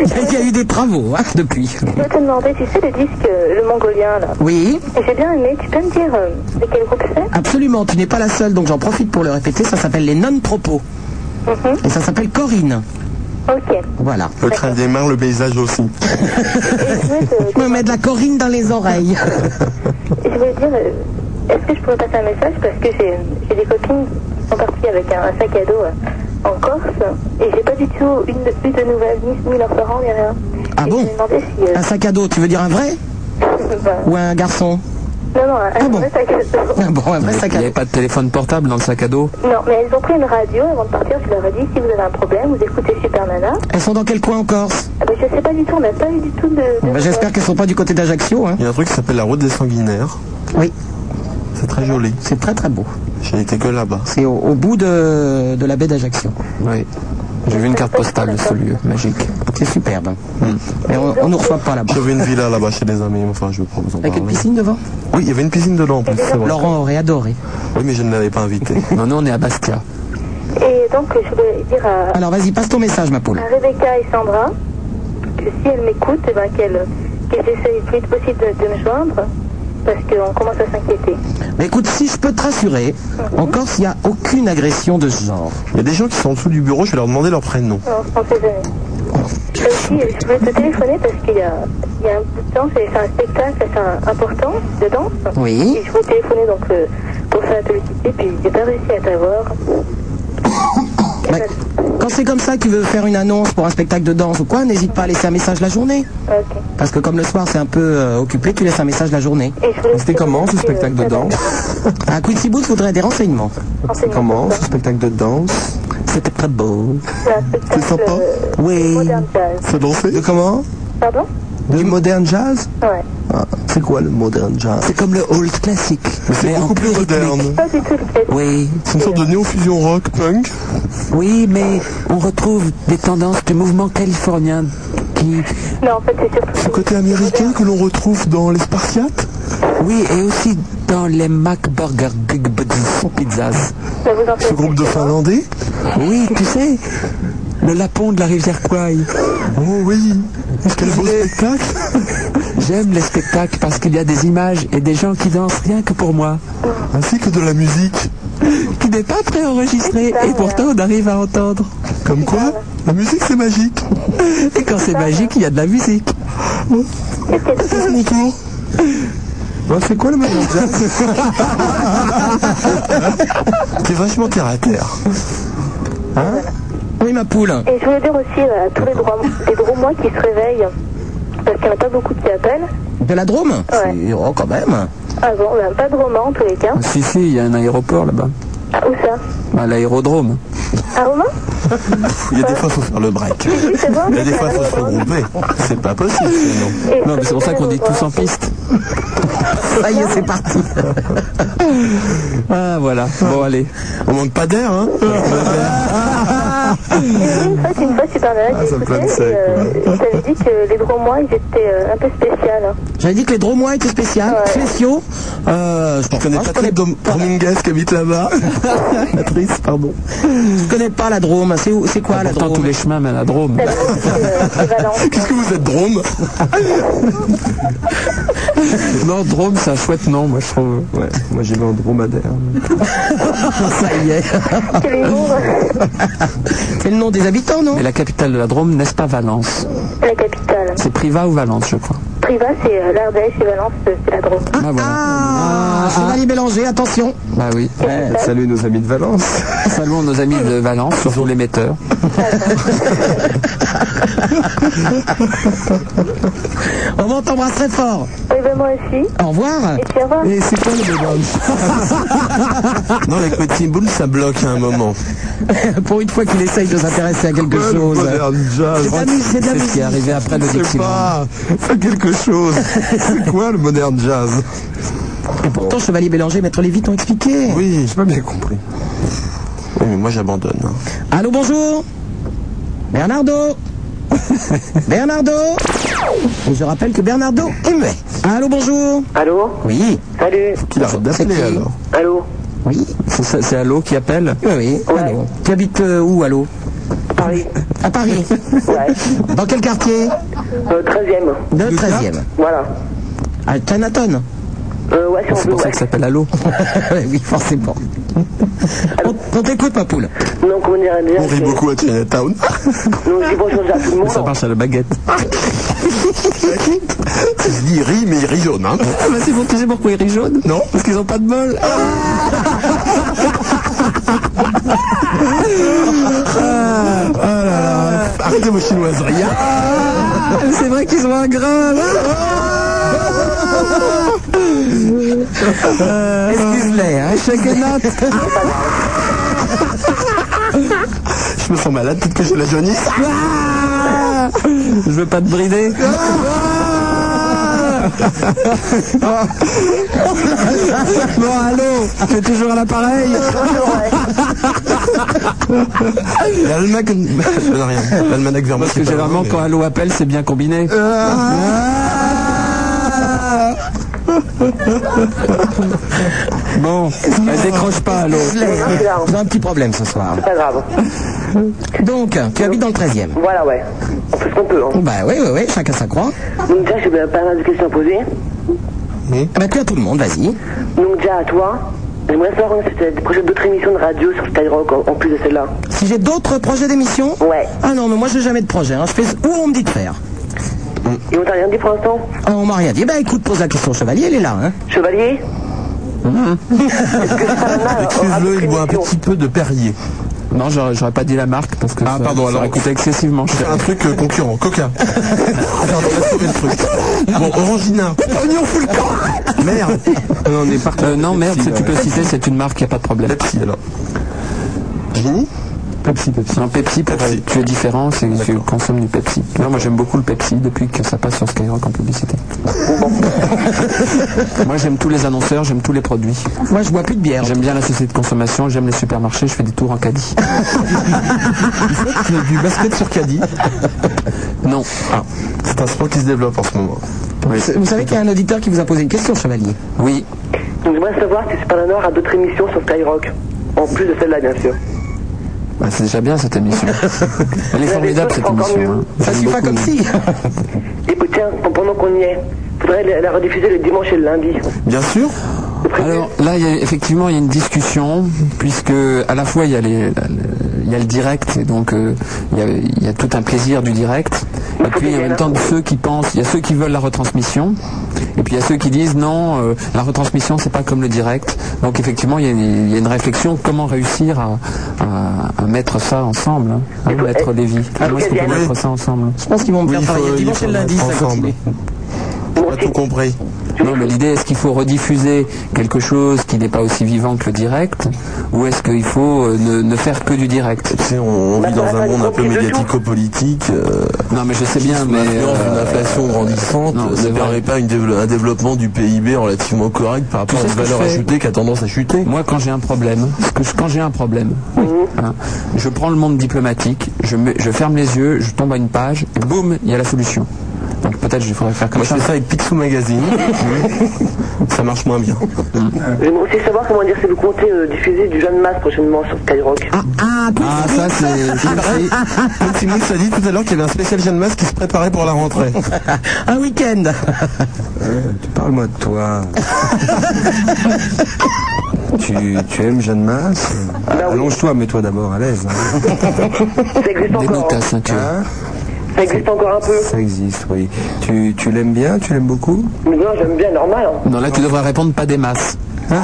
[SPEAKER 1] Il y a eu des travaux hein, depuis.
[SPEAKER 13] Je vais te demander, tu sais le disque euh, Le Mongolien là
[SPEAKER 1] Oui.
[SPEAKER 13] Et J'ai bien aimé, tu peux me dire euh, de quel groupe c'est
[SPEAKER 1] Absolument, tu n'es pas la seule, donc j'en profite pour le répéter, ça s'appelle les non-propos. Et ça s'appelle Corinne.
[SPEAKER 13] Ok.
[SPEAKER 5] Eh,
[SPEAKER 1] Voilà.
[SPEAKER 5] Le train démarre, le paysage aussi.
[SPEAKER 1] Je me mets de la Corinne dans les oreilles.
[SPEAKER 13] Je voulais dire, euh, est-ce que je pourrais passer un message Parce que j'ai j'ai des copines qui sont parties avec un, un sac à dos euh, en Corse et j'ai pas du tout une, eu de nouvelles, ni, ni leurs parents, ni rien.
[SPEAKER 1] Ah bon
[SPEAKER 13] euh,
[SPEAKER 1] Un sac à dos, tu veux dire un vrai
[SPEAKER 5] Ah.
[SPEAKER 13] bah,
[SPEAKER 1] Ou un garçon
[SPEAKER 13] Non, non, un, un vrai sac à dos.
[SPEAKER 1] Ah Bon, un vrai sac
[SPEAKER 2] Il n'y avait pas de téléphone portable dans le sac à dos.
[SPEAKER 13] Non, mais elles ont pris une radio avant de partir. Je leur ai dit si vous avez un problème, vous écoutez Super Nana.
[SPEAKER 1] Elles sont dans quel coin en Corse
[SPEAKER 13] Ah ben, je sais pas du tout, on n'a pas eu du tout de. de-
[SPEAKER 1] Ben, J'espère qu'elles sont pas du côté d'Ajaccio. Hein.
[SPEAKER 5] Il y a un truc qui s'appelle la route des sanguinaires.
[SPEAKER 1] Oui.
[SPEAKER 5] C'est très joli.
[SPEAKER 1] C'est très très beau.
[SPEAKER 5] J'ai été que là-bas.
[SPEAKER 1] C'est au, au bout de, de la baie d'Ajaccio.
[SPEAKER 2] Oui. J'ai vu une carte postale de ce lieu, magique.
[SPEAKER 1] C'est superbe. Mais on, on nous reçoit pas là-bas.
[SPEAKER 5] J'avais une villa là-bas chez des amis, enfin je vais pas vous en
[SPEAKER 1] Avec
[SPEAKER 5] parler.
[SPEAKER 1] une piscine devant
[SPEAKER 5] Oui, il y avait une piscine dedans en plus, c'est vrai.
[SPEAKER 1] Laurent aurait adoré.
[SPEAKER 5] Oui, mais je ne l'avais pas invité.
[SPEAKER 2] Non, non, on est à Bastia.
[SPEAKER 13] Et donc, je voulais dire à,
[SPEAKER 1] Alors vas-y, passe ton message, ma poule.
[SPEAKER 13] à Rebecca et Sandra que si elles m'écoutent, eh ben, qu'elles qu'elles essayent le plus vite possible de, de me joindre parce qu'on commence à s'inquiéter.
[SPEAKER 1] Mais écoute, si je peux te rassurer, en Corse, il n'y a aucune agression de ce genre.
[SPEAKER 5] Il y a des gens qui sont en dessous du bureau, je vais leur demander leur prénom.
[SPEAKER 13] Non, on sait jamais. Et aussi, je voulais te téléphoner parce qu'il y a, il y a un bout de temps, j'ai fait un spectacle assez un- important de danse.
[SPEAKER 1] Oui.
[SPEAKER 13] Et je voulais téléphoner donc, euh, pour faire te le quitter, puis j'ai pas réussi à t'avoir.
[SPEAKER 1] Quand c'est comme ça que tu veux faire une annonce pour un spectacle de danse ou quoi, n'hésite pas à laisser un message la journée. Parce que comme le soir c'est un peu euh, occupé, tu laisses un message la journée.
[SPEAKER 5] C'était comment ce spectacle de danse
[SPEAKER 1] Un Quincy Boots voudrait des renseignements.
[SPEAKER 5] Comment ce spectacle de danse
[SPEAKER 2] C'était très beau.
[SPEAKER 13] euh,
[SPEAKER 5] C'est sympa
[SPEAKER 2] Oui.
[SPEAKER 5] C'est dansé De comment
[SPEAKER 13] Pardon
[SPEAKER 5] Du modern jazz
[SPEAKER 13] Ouais.
[SPEAKER 5] Ah, C'est quoi le modern jazz
[SPEAKER 2] C'est comme le old classique.
[SPEAKER 5] Mais c'est beaucoup plus moderne.
[SPEAKER 13] Pas du tout le classique.
[SPEAKER 2] Oui.
[SPEAKER 5] C'est une sorte de néo-fusion rock punk.
[SPEAKER 2] Oui, mais on retrouve des tendances du mouvement californien qui...
[SPEAKER 13] Non, en fait, c'est surtout...
[SPEAKER 2] Ce
[SPEAKER 5] côté américain que l'on retrouve dans les Spartiates
[SPEAKER 2] Oui, et aussi dans les McBurger Pizzas.
[SPEAKER 5] Ce groupe de Finlandais
[SPEAKER 2] Oui, tu sais, le lapon de la rivière Kouai.
[SPEAKER 5] Oh oui
[SPEAKER 2] Quel beau spectacle J'aime les spectacles parce qu'il y a des images et des gens qui dansent rien que pour moi.
[SPEAKER 5] Ainsi que de la musique.
[SPEAKER 2] Qui n'est pas préenregistrée et pourtant on arrive à entendre.
[SPEAKER 5] Comme quoi, la musique c'est magique.
[SPEAKER 2] Et quand c'est magique, il y a de la musique.
[SPEAKER 5] C'est mon tour.
[SPEAKER 14] Bon, c'est quoi le modern jazz
[SPEAKER 5] T'es vachement terre à terre.
[SPEAKER 14] Hein
[SPEAKER 1] Oui, ma
[SPEAKER 5] Ah.
[SPEAKER 1] poule.
[SPEAKER 13] Et je voulais dire aussi euh, à tous les droits, les droits qui se réveillent, parce qu'il n'y en a pas beaucoup qui appellent.
[SPEAKER 1] De la Drôme
[SPEAKER 13] Ouais.
[SPEAKER 1] C'est- Oh, quand même.
[SPEAKER 13] Ah bon, ben, pas de roman en tous les cas.
[SPEAKER 4] Si, si, il y a un aéroport là-bas.
[SPEAKER 13] Ah, où ça
[SPEAKER 4] À l'aérodrome.
[SPEAKER 13] Un roman
[SPEAKER 5] Il y a des fois, faut faire le break. Il y a des fois, faut se regrouper. C'est pas possible, sinon.
[SPEAKER 4] Non, Ah, mais c'est pour ça qu'on dit tous en piste.
[SPEAKER 1] Ça y est, c'est parti.
[SPEAKER 4] Ah, voilà. Bon, allez.
[SPEAKER 5] On manque pas d'air, hein
[SPEAKER 13] Et oui, une fois, c'est une fois, super nana,
[SPEAKER 10] Ah,
[SPEAKER 13] j'ai écouté, et euh, t'avais dit que les droits, ils étaient euh, un peu spéciales. hein.
[SPEAKER 1] J'avais dit que les Dromois étaient spéciales, spéciaux. Euh, je pense
[SPEAKER 5] connais Patrick Dom- Dominguez qui habite là-bas. Patrice, pardon.
[SPEAKER 1] Je connais pas la Drôme. C'est où- c'est quoi la Drôme tous les
[SPEAKER 4] chemins mènent à la Drôme.
[SPEAKER 13] euh,
[SPEAKER 5] Qu'est-ce que vous êtes drôme
[SPEAKER 4] Non, Drôme, c'est un chouette nom, moi je trouve.
[SPEAKER 14] Ouais, moi j'y vais en dromadaire.
[SPEAKER 1] Ça y est. C'est le nom des habitants, non
[SPEAKER 4] Et la capitale de la Drôme, n'est-ce pas Valence
[SPEAKER 13] La capitale.
[SPEAKER 4] C'est Priva ou Valence, je crois.
[SPEAKER 13] Priva, c'est euh, l'Ardèche et Valence, euh, c'est la Drôme.
[SPEAKER 2] Bah,
[SPEAKER 4] Ah, voilà.
[SPEAKER 1] Ah, Chevalier Bélanger, attention.
[SPEAKER 4] Bah oui.
[SPEAKER 14] Salut nos amis de Valence.
[SPEAKER 4] Saluons nos amis de Valence, surtout l'émetteur.
[SPEAKER 1] On va t'embrasse très fort.
[SPEAKER 13] Oui, ben moi aussi.
[SPEAKER 1] Au revoir.
[SPEAKER 13] Et puis au revoir.
[SPEAKER 14] Et c'est quoi le
[SPEAKER 5] Non, les petits boules, ça bloque à un moment.
[SPEAKER 1] Pour une fois qu'il essaye de s'intéresser à quelque
[SPEAKER 5] Ouais, le
[SPEAKER 1] chose.
[SPEAKER 5] modern jazz.
[SPEAKER 1] C'est de la musique, c'est de la
[SPEAKER 4] C'est ce qui est
[SPEAKER 1] musique.
[SPEAKER 4] arrivé après le
[SPEAKER 5] Je sais
[SPEAKER 4] Dixieland.
[SPEAKER 5] pas, c'est quelque chose. C'est quoi le modern jazz
[SPEAKER 1] Et pourtant, Chevalier Bélanger et Maître Lévy t'ont expliqué.
[SPEAKER 5] Oui,
[SPEAKER 14] J'ai pas bien compris.
[SPEAKER 5] oui, mais moi j'abandonne. hein.
[SPEAKER 1] Allô, bonjour Bernardo Bernardo Et Je rappelle que Bernardo aimait. Allô, bonjour
[SPEAKER 10] Allô
[SPEAKER 1] Oui,
[SPEAKER 10] Salut
[SPEAKER 1] Bah,
[SPEAKER 5] Qu'il arrête d'appeler
[SPEAKER 1] C'est qui
[SPEAKER 5] alors.
[SPEAKER 10] Allô
[SPEAKER 1] oui,
[SPEAKER 4] C'est- C'est c'est Allo qui appelle
[SPEAKER 1] oui, oui, allô. Tu habites euh, où, allô
[SPEAKER 10] Paris
[SPEAKER 1] À Paris.
[SPEAKER 10] Ouais.
[SPEAKER 1] Dans quel quartier
[SPEAKER 10] Euh, 13ème.
[SPEAKER 1] Dans le 13e.
[SPEAKER 10] Voilà.
[SPEAKER 1] À Chinatown
[SPEAKER 10] Euh, ouais, si on
[SPEAKER 4] C'est
[SPEAKER 10] veut,
[SPEAKER 4] pour ça
[SPEAKER 10] ouais.
[SPEAKER 4] que ça s'appelle Allo.
[SPEAKER 1] Oui, forcément. On, on t'écoute, ma poule.
[SPEAKER 10] Non, comment dire, dire
[SPEAKER 5] On rit
[SPEAKER 10] que-
[SPEAKER 5] beaucoup à Chinatown.
[SPEAKER 10] Non, je dis bonjour à tout le monde.
[SPEAKER 4] Ça marche à la baguette.
[SPEAKER 5] Je dis il rit, mais il rit jaune. Hein.
[SPEAKER 4] Ah bah c'est bon, tu sais pourquoi ils rient jaune
[SPEAKER 5] Non
[SPEAKER 4] Parce qu'ils ont pas de bol.
[SPEAKER 5] Arrêtez vos chinoiseries. hein.
[SPEAKER 4] c'est vrai qu'ils ont un grain.
[SPEAKER 1] Excuse-les, hein, chacun note.
[SPEAKER 5] Je me sens malade, peut-être que j'ai la jaunisse.
[SPEAKER 4] Je veux pas te brider. bon, allô, tu es toujours à l'appareil
[SPEAKER 5] L'almanach. euh, Je n'ai rien. L'almanach vers
[SPEAKER 4] Parce que généralement, quand Allo appelle, c'est bien combiné. Bon,
[SPEAKER 1] Euh,
[SPEAKER 4] elle décroche pas, Allo.
[SPEAKER 1] J'ai un petit problème ce soir.
[SPEAKER 10] Pas grave.
[SPEAKER 1] Donc, tu habites dans le 13e
[SPEAKER 10] Voilà, ouais. On fait ce qu'on peut. Hein.
[SPEAKER 1] Bah oui, oui, oui, chacun sa croix.
[SPEAKER 10] Donc, déjà, j'ai pas mal de questions à poser.
[SPEAKER 1] Ah bah tu as tout le monde, vas-y.
[SPEAKER 10] Donc, déjà, à toi, j'aimerais savoir si tu as projeté d'autres émissions de radio sur Skyrock en, en plus de celle-là.
[SPEAKER 1] Si j'ai d'autres projets d'émission
[SPEAKER 10] Ouais.
[SPEAKER 1] Ah non, mais moi j'ai jamais de projet. hein. Je fais où on me dit de faire.
[SPEAKER 10] Et on t'a rien dit pour l'instant
[SPEAKER 1] Ah, on m'a rien dit. Bah écoute, pose la question au chevalier, elle est là. Hein.
[SPEAKER 10] Chevalier
[SPEAKER 5] Excuse-le, il boit un petit peu de Perrier.
[SPEAKER 4] Non, j'aurais j'aurais pas dit la marque parce que
[SPEAKER 5] Ah,
[SPEAKER 4] ça,
[SPEAKER 5] pardon,
[SPEAKER 4] ça
[SPEAKER 5] alors-
[SPEAKER 4] aurait coûté excessivement cher.
[SPEAKER 5] Faire un truc euh, concurrent, coca. Pardon, on a trouvé le truc. Bon, Orangina. Oignon full camp. Merde.
[SPEAKER 14] on est parti.
[SPEAKER 4] Euh, non, merde, si tu peux citer, c'est une marque, y a pas de problème.
[SPEAKER 5] Pepsi alors. Gini Pepsi, Pepsi.
[SPEAKER 2] Non, Pepsi, pour euh, tu es différent, c'est que tu consommes du Pepsi. Non, moi j'aime beaucoup le Pepsi depuis que ça passe sur Skyrock en publicité. moi j'aime tous les annonceurs, j'aime tous les produits.
[SPEAKER 1] Moi je bois plus de bière.
[SPEAKER 2] J'aime bien la société de consommation, j'aime les supermarchés, je fais des tours en caddie.
[SPEAKER 4] Du basket sur caddie.
[SPEAKER 2] Non. Ah.
[SPEAKER 4] c'est un sport qui se développe en ce moment.
[SPEAKER 1] C'est- Vous savez qu'il y a un auditeur qui vous a posé une question, Chevalier.
[SPEAKER 2] Oui.
[SPEAKER 10] Donc j'aimerais savoir si Super Nana a d'autres émissions sur Skyrock. En plus de celle-là, bien sûr.
[SPEAKER 2] Bah, c'est déjà bien cette émission. Elle est formidable cette émission. hein.
[SPEAKER 1] Ça suffit pas comme si.
[SPEAKER 10] Et puis tiens, pendant qu'on y est, faudrait la- la rediffuser le dimanche et le lundi.
[SPEAKER 2] Bien sûr. Alors là, il y a- effectivement, il y a une discussion, puisque à la fois il y a, les- la- le- il y a le direct, et donc euh, il y, a, il y a tout un plaisir du direct. Et puis en même temps, ceux qui pensent, il y a ceux qui veulent la retransmission, et puis il y a ceux qui disent non, euh, la retransmission c'est pas comme le direct. Donc effectivement, il y a une, il y a une réflexion comment réussir à, à- à mettre ça ensemble, hein, hein, mettre les vies. Comment est-ce qu'on peut mettre ça ensemble
[SPEAKER 1] Je pense qu'ils vont me faire
[SPEAKER 2] Oui, il faut-
[SPEAKER 1] travailler
[SPEAKER 2] il
[SPEAKER 1] dimanche
[SPEAKER 2] faut
[SPEAKER 1] et le lundi,
[SPEAKER 2] mettre
[SPEAKER 1] ça
[SPEAKER 2] ensemble.
[SPEAKER 1] continue.
[SPEAKER 2] pas tout compris. Non, mais l'idée, est-ce qu'il faut rediffuser quelque chose qui n'est pas aussi vivant que le direct Ou est-ce qu'il faut euh, ne, ne faire que du direct
[SPEAKER 4] On vit dans un monde un peu médiatico-politique. euh,
[SPEAKER 2] non, mais je sais bien, mais.
[SPEAKER 5] euh,
[SPEAKER 2] euh,
[SPEAKER 4] Une inflation grandissante
[SPEAKER 2] non,
[SPEAKER 4] ne
[SPEAKER 2] c'est
[SPEAKER 4] permet pas une dévelop- un développement du PIB relativement correct par rapport à
[SPEAKER 2] sais
[SPEAKER 4] une
[SPEAKER 2] ce que
[SPEAKER 4] valeur
[SPEAKER 2] je fais
[SPEAKER 4] ajoutée qui a tendance à chuter.
[SPEAKER 2] Moi, quand j'ai un problème, parce que je- quand j'ai un problème, hein, je prends le monde diplomatique, je, mets- je ferme les yeux, je tombe à une page, et boum, il y a la solution. Donc peut-être il faudrait faire comme
[SPEAKER 4] Moi, je
[SPEAKER 2] ça.
[SPEAKER 4] fais ça avec Picsou Magazine. ça marche moins bien.
[SPEAKER 10] J'aimerais aussi savoir comment dire si vous comptez euh, diffuser du jeune masse prochainement sur Skyrock.
[SPEAKER 1] Ah,
[SPEAKER 4] Ah, ça, c'est. Petit Mousse a dit tout à l'heure qu'il y avait un spécial jeune masse qui se préparait pour la rentrée.
[SPEAKER 1] un week-end.
[SPEAKER 4] Euh,
[SPEAKER 5] Tu parles-moi de toi. tu, tu aimes Jeanne Masse Allonge-toi, mets-toi d'abord à l'aise.
[SPEAKER 10] Ça existe encore. hein.
[SPEAKER 5] Hein
[SPEAKER 10] Ça existe encore un peu.
[SPEAKER 5] Ça existe, oui. Tu, tu l'aimes bien Tu l'aimes beaucoup
[SPEAKER 10] Mais non, j'aime bien, normal. hein.
[SPEAKER 2] Non, là, tu devrais répondre pas des masses.
[SPEAKER 1] Hein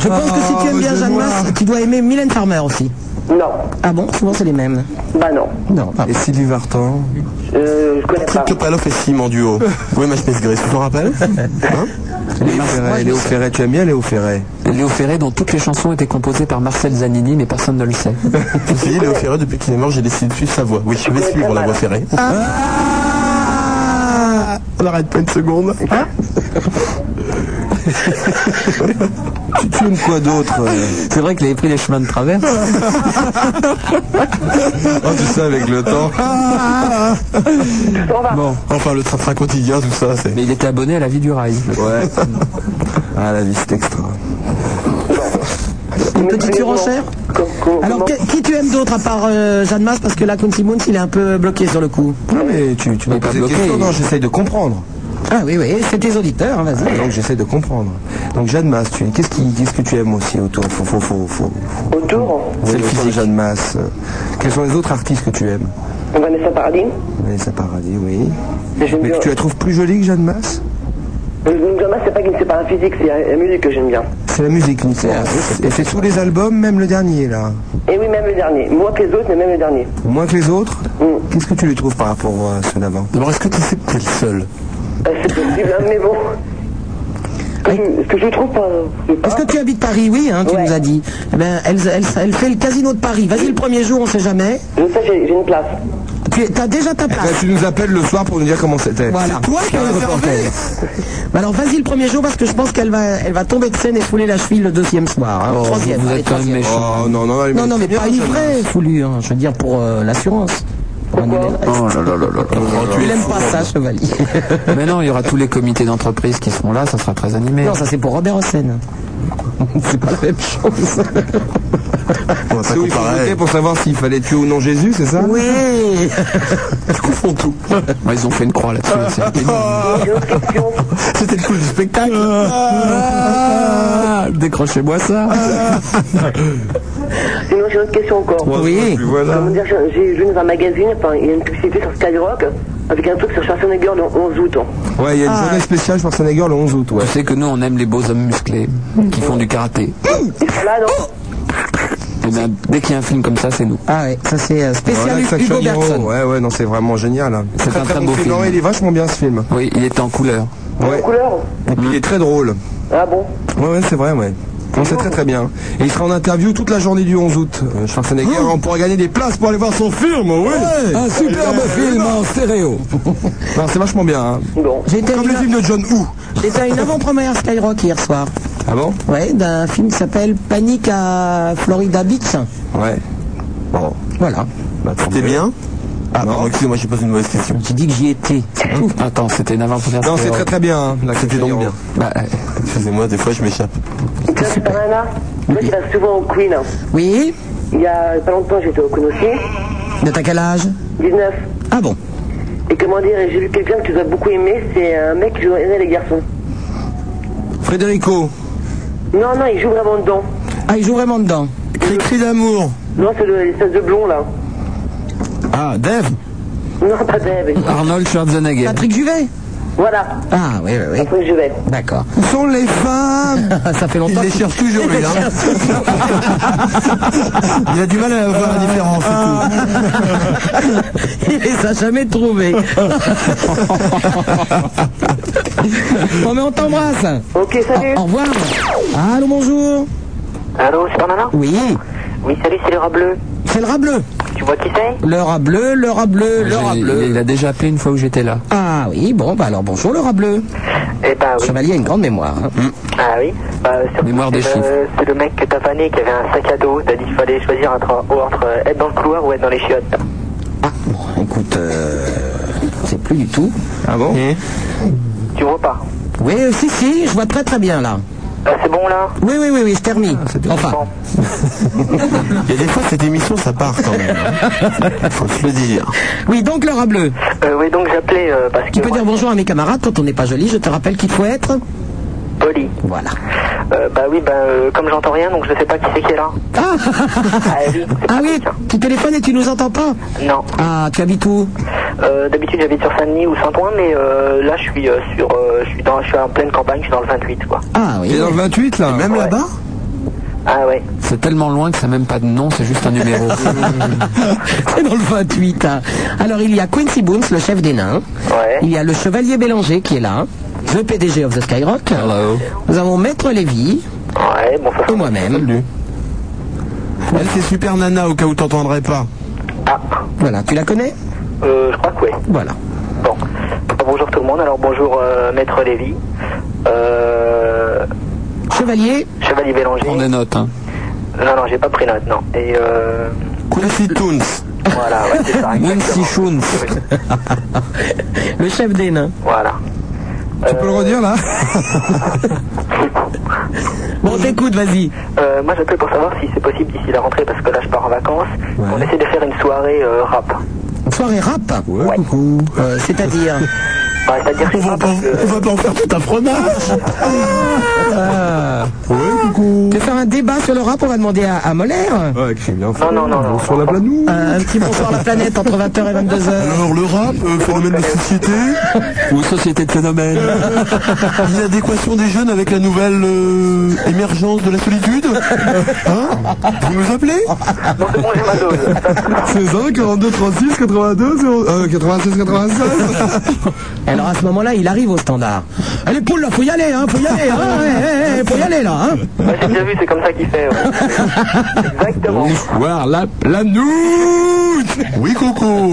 [SPEAKER 1] Je pense que si tu aimes bien Jeanne Masse, tu dois aimer Mylène Farmer aussi.
[SPEAKER 10] Non.
[SPEAKER 1] Ah bon Souvent c'est les mêmes.
[SPEAKER 10] Bah non.
[SPEAKER 1] Non.
[SPEAKER 5] Et Sylvie Vartan
[SPEAKER 10] Euh, je connais pas.
[SPEAKER 4] Patrick Topalov et Sim en duo. Oui, ma chemise grise, tu t'en rappelles Hein
[SPEAKER 5] Léo Ferré, Léo Ferré, tu aimes bien Léo Ferré
[SPEAKER 2] Léo Ferré, dont toutes les chansons étaient composées par Marcel Zanini, mais personne ne le sait.
[SPEAKER 4] J'ai dit Léo Ferré, depuis qu'il est mort, j'ai décidé de suivre sa voix. Oui, je vais suivre la voix ferrée. Ah. On arrête pas une seconde.
[SPEAKER 5] tu, tu aimes quoi d'autre euh
[SPEAKER 2] C'est vrai qu'il avait pris les chemins de traverse.
[SPEAKER 4] Oh, tout ça avec le temps. Bon, enfin, le train-train quotidien, tout ça, c'est.
[SPEAKER 2] Mais il était abonné à la vie du rail.
[SPEAKER 5] Ouais. Ah, la vie, c'est extra.
[SPEAKER 1] Une petite surenchère Alors que- qui tu aimes d'autre à part euh, Jeanne Masse Parce que là, Quincy Moons, il est un peu bloqué sur le coup.
[SPEAKER 5] Non, mais tu, tu m'as
[SPEAKER 2] pas
[SPEAKER 5] posé
[SPEAKER 2] bloqué,
[SPEAKER 5] question.
[SPEAKER 2] il-
[SPEAKER 5] Non, j'essaye de comprendre.
[SPEAKER 1] Ah oui, oui, c'est tes auditeurs, hein, vas-y.
[SPEAKER 5] Ah, Donc, j'essaie de comprendre. Donc, Jeanne Masse, tu, qu'est-ce, qui, qu'est-ce que tu aimes aussi autour faut, faut, faut, faut,
[SPEAKER 10] Autour,
[SPEAKER 5] C'est le physique. Jeanne Masse. euh, Quels sont les autres artistes que tu aimes
[SPEAKER 10] on va Vanessa Paradis.
[SPEAKER 5] Vanessa Paradis, oui.
[SPEAKER 10] Mais j'aime
[SPEAKER 5] Mais
[SPEAKER 10] bien.
[SPEAKER 5] tu la trouves plus jolie que Jeanne Masse
[SPEAKER 10] Le jeune masse, c'est pas qu'il c'est pas un physique, c'est la la musique que j'aime bien.
[SPEAKER 5] C'est la musique, Nicolas. Et c'est tous les albums, même le dernier, là.
[SPEAKER 10] Et oui, même le dernier. Moins que les autres, mais même le dernier. Mm.
[SPEAKER 5] Moins que les autres Qu'est-ce que tu lui trouves par rapport euh, à ceux d'avant
[SPEAKER 4] D'abord, est-ce que tu sais que t'es le seul
[SPEAKER 10] Euh, c'est possible, hein, mais bon. Ce que je- Ce que je trouve pas.
[SPEAKER 1] Est-ce que tu habites Paris Oui, hein, tu nous as dit. Eh ben, elle, elle- elle fait le casino de Paris. Vas-y le premier jour, on sait jamais.
[SPEAKER 10] Je sais, j'ai j'ai une place.
[SPEAKER 1] Tu as déjà ta place.
[SPEAKER 5] Bah, Tu nous appelles le soir pour nous dire comment c'était.
[SPEAKER 1] Voilà. Ah, Bah alors vas-y le premier jour parce que je pense qu'elle va, elle va tomber de scène et fouler la cheville le deuxième soir. hein, le troisième.
[SPEAKER 2] Vous êtes quand même méchant.
[SPEAKER 5] Oh non, non, elle
[SPEAKER 1] Non, non, mais
[SPEAKER 5] mérite
[SPEAKER 1] pas
[SPEAKER 5] bien,
[SPEAKER 1] une
[SPEAKER 5] Jeanne
[SPEAKER 1] vraie foulure, hein, je veux dire pour euh, l'assurance. Pour annuler le reste.
[SPEAKER 2] Oh là là là là là.
[SPEAKER 1] Il aime pas ça, Chevalier.
[SPEAKER 2] Mais non, il y aura tous les comités d'entreprise qui seront là, ça sera très animé.
[SPEAKER 1] non, ça c'est pour Robert Hossein. c'est pas la même chose.
[SPEAKER 4] On va pas
[SPEAKER 5] C'est où il faut voter
[SPEAKER 4] comparer.
[SPEAKER 5] pour savoir s'il fallait tuer ou non Jésus, c'est ça
[SPEAKER 1] Oui
[SPEAKER 2] Ouais, Ils ont fait une croix là-dessus. c'est
[SPEAKER 4] C'était le coup du spectacle.
[SPEAKER 2] Ah, Décrochez-moi ça.
[SPEAKER 10] Sinon, j'ai une autre question encore.
[SPEAKER 1] Oui.
[SPEAKER 10] Comment dire, j'ai- j'ai vu dans un magazine, enfin, il y a une publicité sur Skyrock avec un truc sur Schwarzenegger le 11 août. hein.
[SPEAKER 5] Ouais, il
[SPEAKER 1] Ah.
[SPEAKER 5] y a une journée spéciale pour Sénégal le 11 août, ouais.
[SPEAKER 2] Tu sais que nous, on aime les beaux hommes musclés qui font du karaté.
[SPEAKER 10] Là, non
[SPEAKER 15] Eh bien, dès qu'il y a un film comme ça, c'est nous.
[SPEAKER 1] Ah ouais, ça c'est euh, spécial
[SPEAKER 5] Voilà, Sacha
[SPEAKER 1] Hugo
[SPEAKER 5] Guiraud.
[SPEAKER 1] Bergson.
[SPEAKER 5] Ouais, ouais, non, c'est vraiment génial. hein.
[SPEAKER 15] C'est un très beau
[SPEAKER 5] bon
[SPEAKER 15] film.
[SPEAKER 5] Non, il est vachement bien ce film.
[SPEAKER 15] Oui, il est en couleur.
[SPEAKER 5] Ouais. Et puis il est très drôle.
[SPEAKER 16] Ah bon
[SPEAKER 5] Ouais, ouais, c'est vrai, ouais. On sait très très bien. Et il sera en interview toute la journée du 11 août. Euh, Schwarzenegger, on pourra gagner des places pour aller voir son film, oui
[SPEAKER 2] Hein Un superbe film en stéréo.
[SPEAKER 5] Non, c'est vachement bien. hein. Comme les films de John Woo.
[SPEAKER 1] J'étais à une avant-première Skyrock hier soir.
[SPEAKER 5] Ah bon
[SPEAKER 1] Ouais, d'un film qui s'appelle Panique à Florida Beach.
[SPEAKER 5] Ouais. Bon. bah,
[SPEAKER 1] Voilà.
[SPEAKER 4] C'était bien
[SPEAKER 5] Ah
[SPEAKER 4] non, excusez-moi, j'ai posé une mauvaise question.
[SPEAKER 1] Tu dis que j'y étais.
[SPEAKER 15] Attends, c'était une avant-première.
[SPEAKER 4] Non, c'est
[SPEAKER 15] Skyrock.
[SPEAKER 4] très très bien. hein, la C'était donc bien.
[SPEAKER 15] Bah, euh,
[SPEAKER 4] Excusez-moi, des fois je m'échappe.
[SPEAKER 10] Tiens, Supernana, moi je vais souvent au Queen. hein.
[SPEAKER 1] Oui
[SPEAKER 10] Il y a pas longtemps j'étais au Queen aussi,
[SPEAKER 1] De t'as quel âge
[SPEAKER 10] 19.
[SPEAKER 1] Ah bon
[SPEAKER 10] Et comment dire, j'ai vu quelqu'un que tu dois beaucoup aimer, c'est un mec qui joue René les garçons.
[SPEAKER 5] Frédérico.
[SPEAKER 10] Non, non, il joue vraiment dedans.
[SPEAKER 1] Ah, il joue vraiment dedans.
[SPEAKER 4] Cri, cri d'amour.
[SPEAKER 10] Non, c'est le- l'espèce de blond là.
[SPEAKER 4] Ah, Dave
[SPEAKER 10] Non, pas Dave.
[SPEAKER 15] Arnold Schwarzenegger.
[SPEAKER 1] Patrick Juvet
[SPEAKER 10] Voilà,
[SPEAKER 1] Ah oui, oui, oui.
[SPEAKER 10] Patrick Juvet.
[SPEAKER 1] D'accord.
[SPEAKER 5] Où sont les femmes
[SPEAKER 1] Ça fait longtemps.
[SPEAKER 4] Il les
[SPEAKER 1] qu'il-
[SPEAKER 4] cherche toujours, lui. Hein. Il a du mal à voir la différence. et
[SPEAKER 1] Il les a jamais trouvés. bon, mais on t'embrasse.
[SPEAKER 10] Ok, salut.
[SPEAKER 1] Au, au revoir. Allô, bonjour.
[SPEAKER 10] Allô, Supernana
[SPEAKER 1] Oui.
[SPEAKER 10] Oui, salut, c'est le rat bleu.
[SPEAKER 1] C'est le rat bleu.
[SPEAKER 10] Tu vois qui c'est
[SPEAKER 1] Le rat bleu, le rat bleu, le rat
[SPEAKER 15] j'ai-
[SPEAKER 1] bleu.
[SPEAKER 15] Il a déjà appelé une fois où j'étais là.
[SPEAKER 1] Ah oui, bon, bah alors bonjour le rat bleu.
[SPEAKER 10] Eh ben oui.
[SPEAKER 1] Chevalier a une grande mémoire. hein.
[SPEAKER 10] Ah oui bah, surtout,
[SPEAKER 15] Mémoire des
[SPEAKER 10] c'est le-
[SPEAKER 15] chiffres.
[SPEAKER 10] C'est le mec que t'as fané qui avait un sac à dos. T'as dit qu'il fallait choisir entre, entre être dans le couloir ou être dans les chiottes.
[SPEAKER 1] Bon, écoute, euh, c'est plus du tout.
[SPEAKER 5] Ah bon
[SPEAKER 4] Hein
[SPEAKER 10] Tu vois pas
[SPEAKER 1] Oui, euh, si, si, je vois très très bien là.
[SPEAKER 10] Ah, C'est bon là
[SPEAKER 1] Oui, oui, oui, oui, je termine. enfin,
[SPEAKER 4] Il y a des fois, cette émission, ça part quand même. hein. Faut se le dire.
[SPEAKER 1] oui, donc le rat bleu.
[SPEAKER 10] euh, Oui, donc j'appelais euh, parce que.
[SPEAKER 1] Tu peux dire bonjour à mes camarades quand on n'est pas joli, je te rappelle qu'il faut être.
[SPEAKER 10] Poli.
[SPEAKER 1] Voilà.
[SPEAKER 10] Euh, bah oui, bah euh, comme j'entends rien, donc je sais pas qui c'est qui est là.
[SPEAKER 1] Ah,
[SPEAKER 10] Ah oui
[SPEAKER 1] ah oui, tu téléphones et tu nous entends pas
[SPEAKER 10] Non.
[SPEAKER 1] Ah, tu habites où
[SPEAKER 10] Euh, D'habitude j'habite sur Saint-Denis ou Saint-Ouen, mais euh, là je suis euh, sur, euh, je suis dans, je suis en pleine campagne, je suis dans le 28 quoi.
[SPEAKER 1] Ah
[SPEAKER 5] T'es
[SPEAKER 1] oui.
[SPEAKER 5] dans le 28 là
[SPEAKER 4] Même
[SPEAKER 10] Ouais.
[SPEAKER 4] là-bas
[SPEAKER 10] Ah ouais.
[SPEAKER 15] C'est tellement loin que ça n'a même pas de nom, c'est juste un numéro.
[SPEAKER 1] C'est dans le 28. hein. Alors, il y a Quincy Boons, le chef des nains.
[SPEAKER 10] Ouais.
[SPEAKER 1] Il y a le chevalier Bélanger qui est là. Le PDG of the Skyrock.
[SPEAKER 15] Hello.
[SPEAKER 1] Nous avons Maître Lévy
[SPEAKER 10] Ouais, bon ça.
[SPEAKER 1] et moi-même.
[SPEAKER 4] Elle, c'est super nana au cas où t'entendrais pas.
[SPEAKER 10] Ah,
[SPEAKER 1] Voilà, tu la connais
[SPEAKER 10] euh, je crois que ouais.
[SPEAKER 1] Voilà.
[SPEAKER 10] Bon. Ah, Bonjour tout le monde. Alors bonjour euh, Maître Lévy, euh,
[SPEAKER 1] Chevalier,
[SPEAKER 10] Chevalier Bélanger.
[SPEAKER 15] On des notes. Hein.
[SPEAKER 10] Non non, j'ai pas pris note non. Et euh,
[SPEAKER 4] Quincy Toons.
[SPEAKER 10] voilà, ouais, c'est ça.
[SPEAKER 15] Nancy
[SPEAKER 10] exactement.
[SPEAKER 15] Schoen.
[SPEAKER 10] Oui,
[SPEAKER 1] le chef des nains.
[SPEAKER 10] Voilà.
[SPEAKER 5] Tu peux le redire là
[SPEAKER 1] Bon, t'écoutes, vas-y.
[SPEAKER 10] Euh, moi j'appelle pour savoir si c'est possible d'ici la rentrée parce que là je pars en vacances. On essaie de faire une soirée euh, rap.
[SPEAKER 1] Soirée rap.
[SPEAKER 10] Ouais.
[SPEAKER 1] Euh, C'est-à-dire.
[SPEAKER 10] Bah, c'est-à-dire que rap, parce que-
[SPEAKER 4] pas en faire tout un fromage.
[SPEAKER 1] Tu veux faire un débat sur le rap On va demander à, à Molaire.
[SPEAKER 5] Ouais, c'est bien.
[SPEAKER 10] Non, non, non, non.
[SPEAKER 5] Sur la planète nous
[SPEAKER 1] Un, un petit bonsoir à la planète entre 20h et 22h.
[SPEAKER 4] Alors, le rap, euh, phénomène de société,
[SPEAKER 15] Ou Société de Phénomènes.
[SPEAKER 4] l'inadéquation des jeunes avec la nouvelle euh, émergence de la solitude. Hein Vous nous appelez
[SPEAKER 10] Non, c'est bon, j'ai ma dose.
[SPEAKER 5] 16 42 36 82 0... euh, 96 96
[SPEAKER 1] Alors à ce moment-là, il arrive au standard. Allez, poule, là, faut y aller, hein, faut y aller, hein, ouais, ouais, ouais, faut y aller, là, hein.
[SPEAKER 10] Bah, j'ai déjà vu, c'est comme ça qu'il fait. ouais. Exactement.
[SPEAKER 15] Voir la, la
[SPEAKER 4] Oui, Coco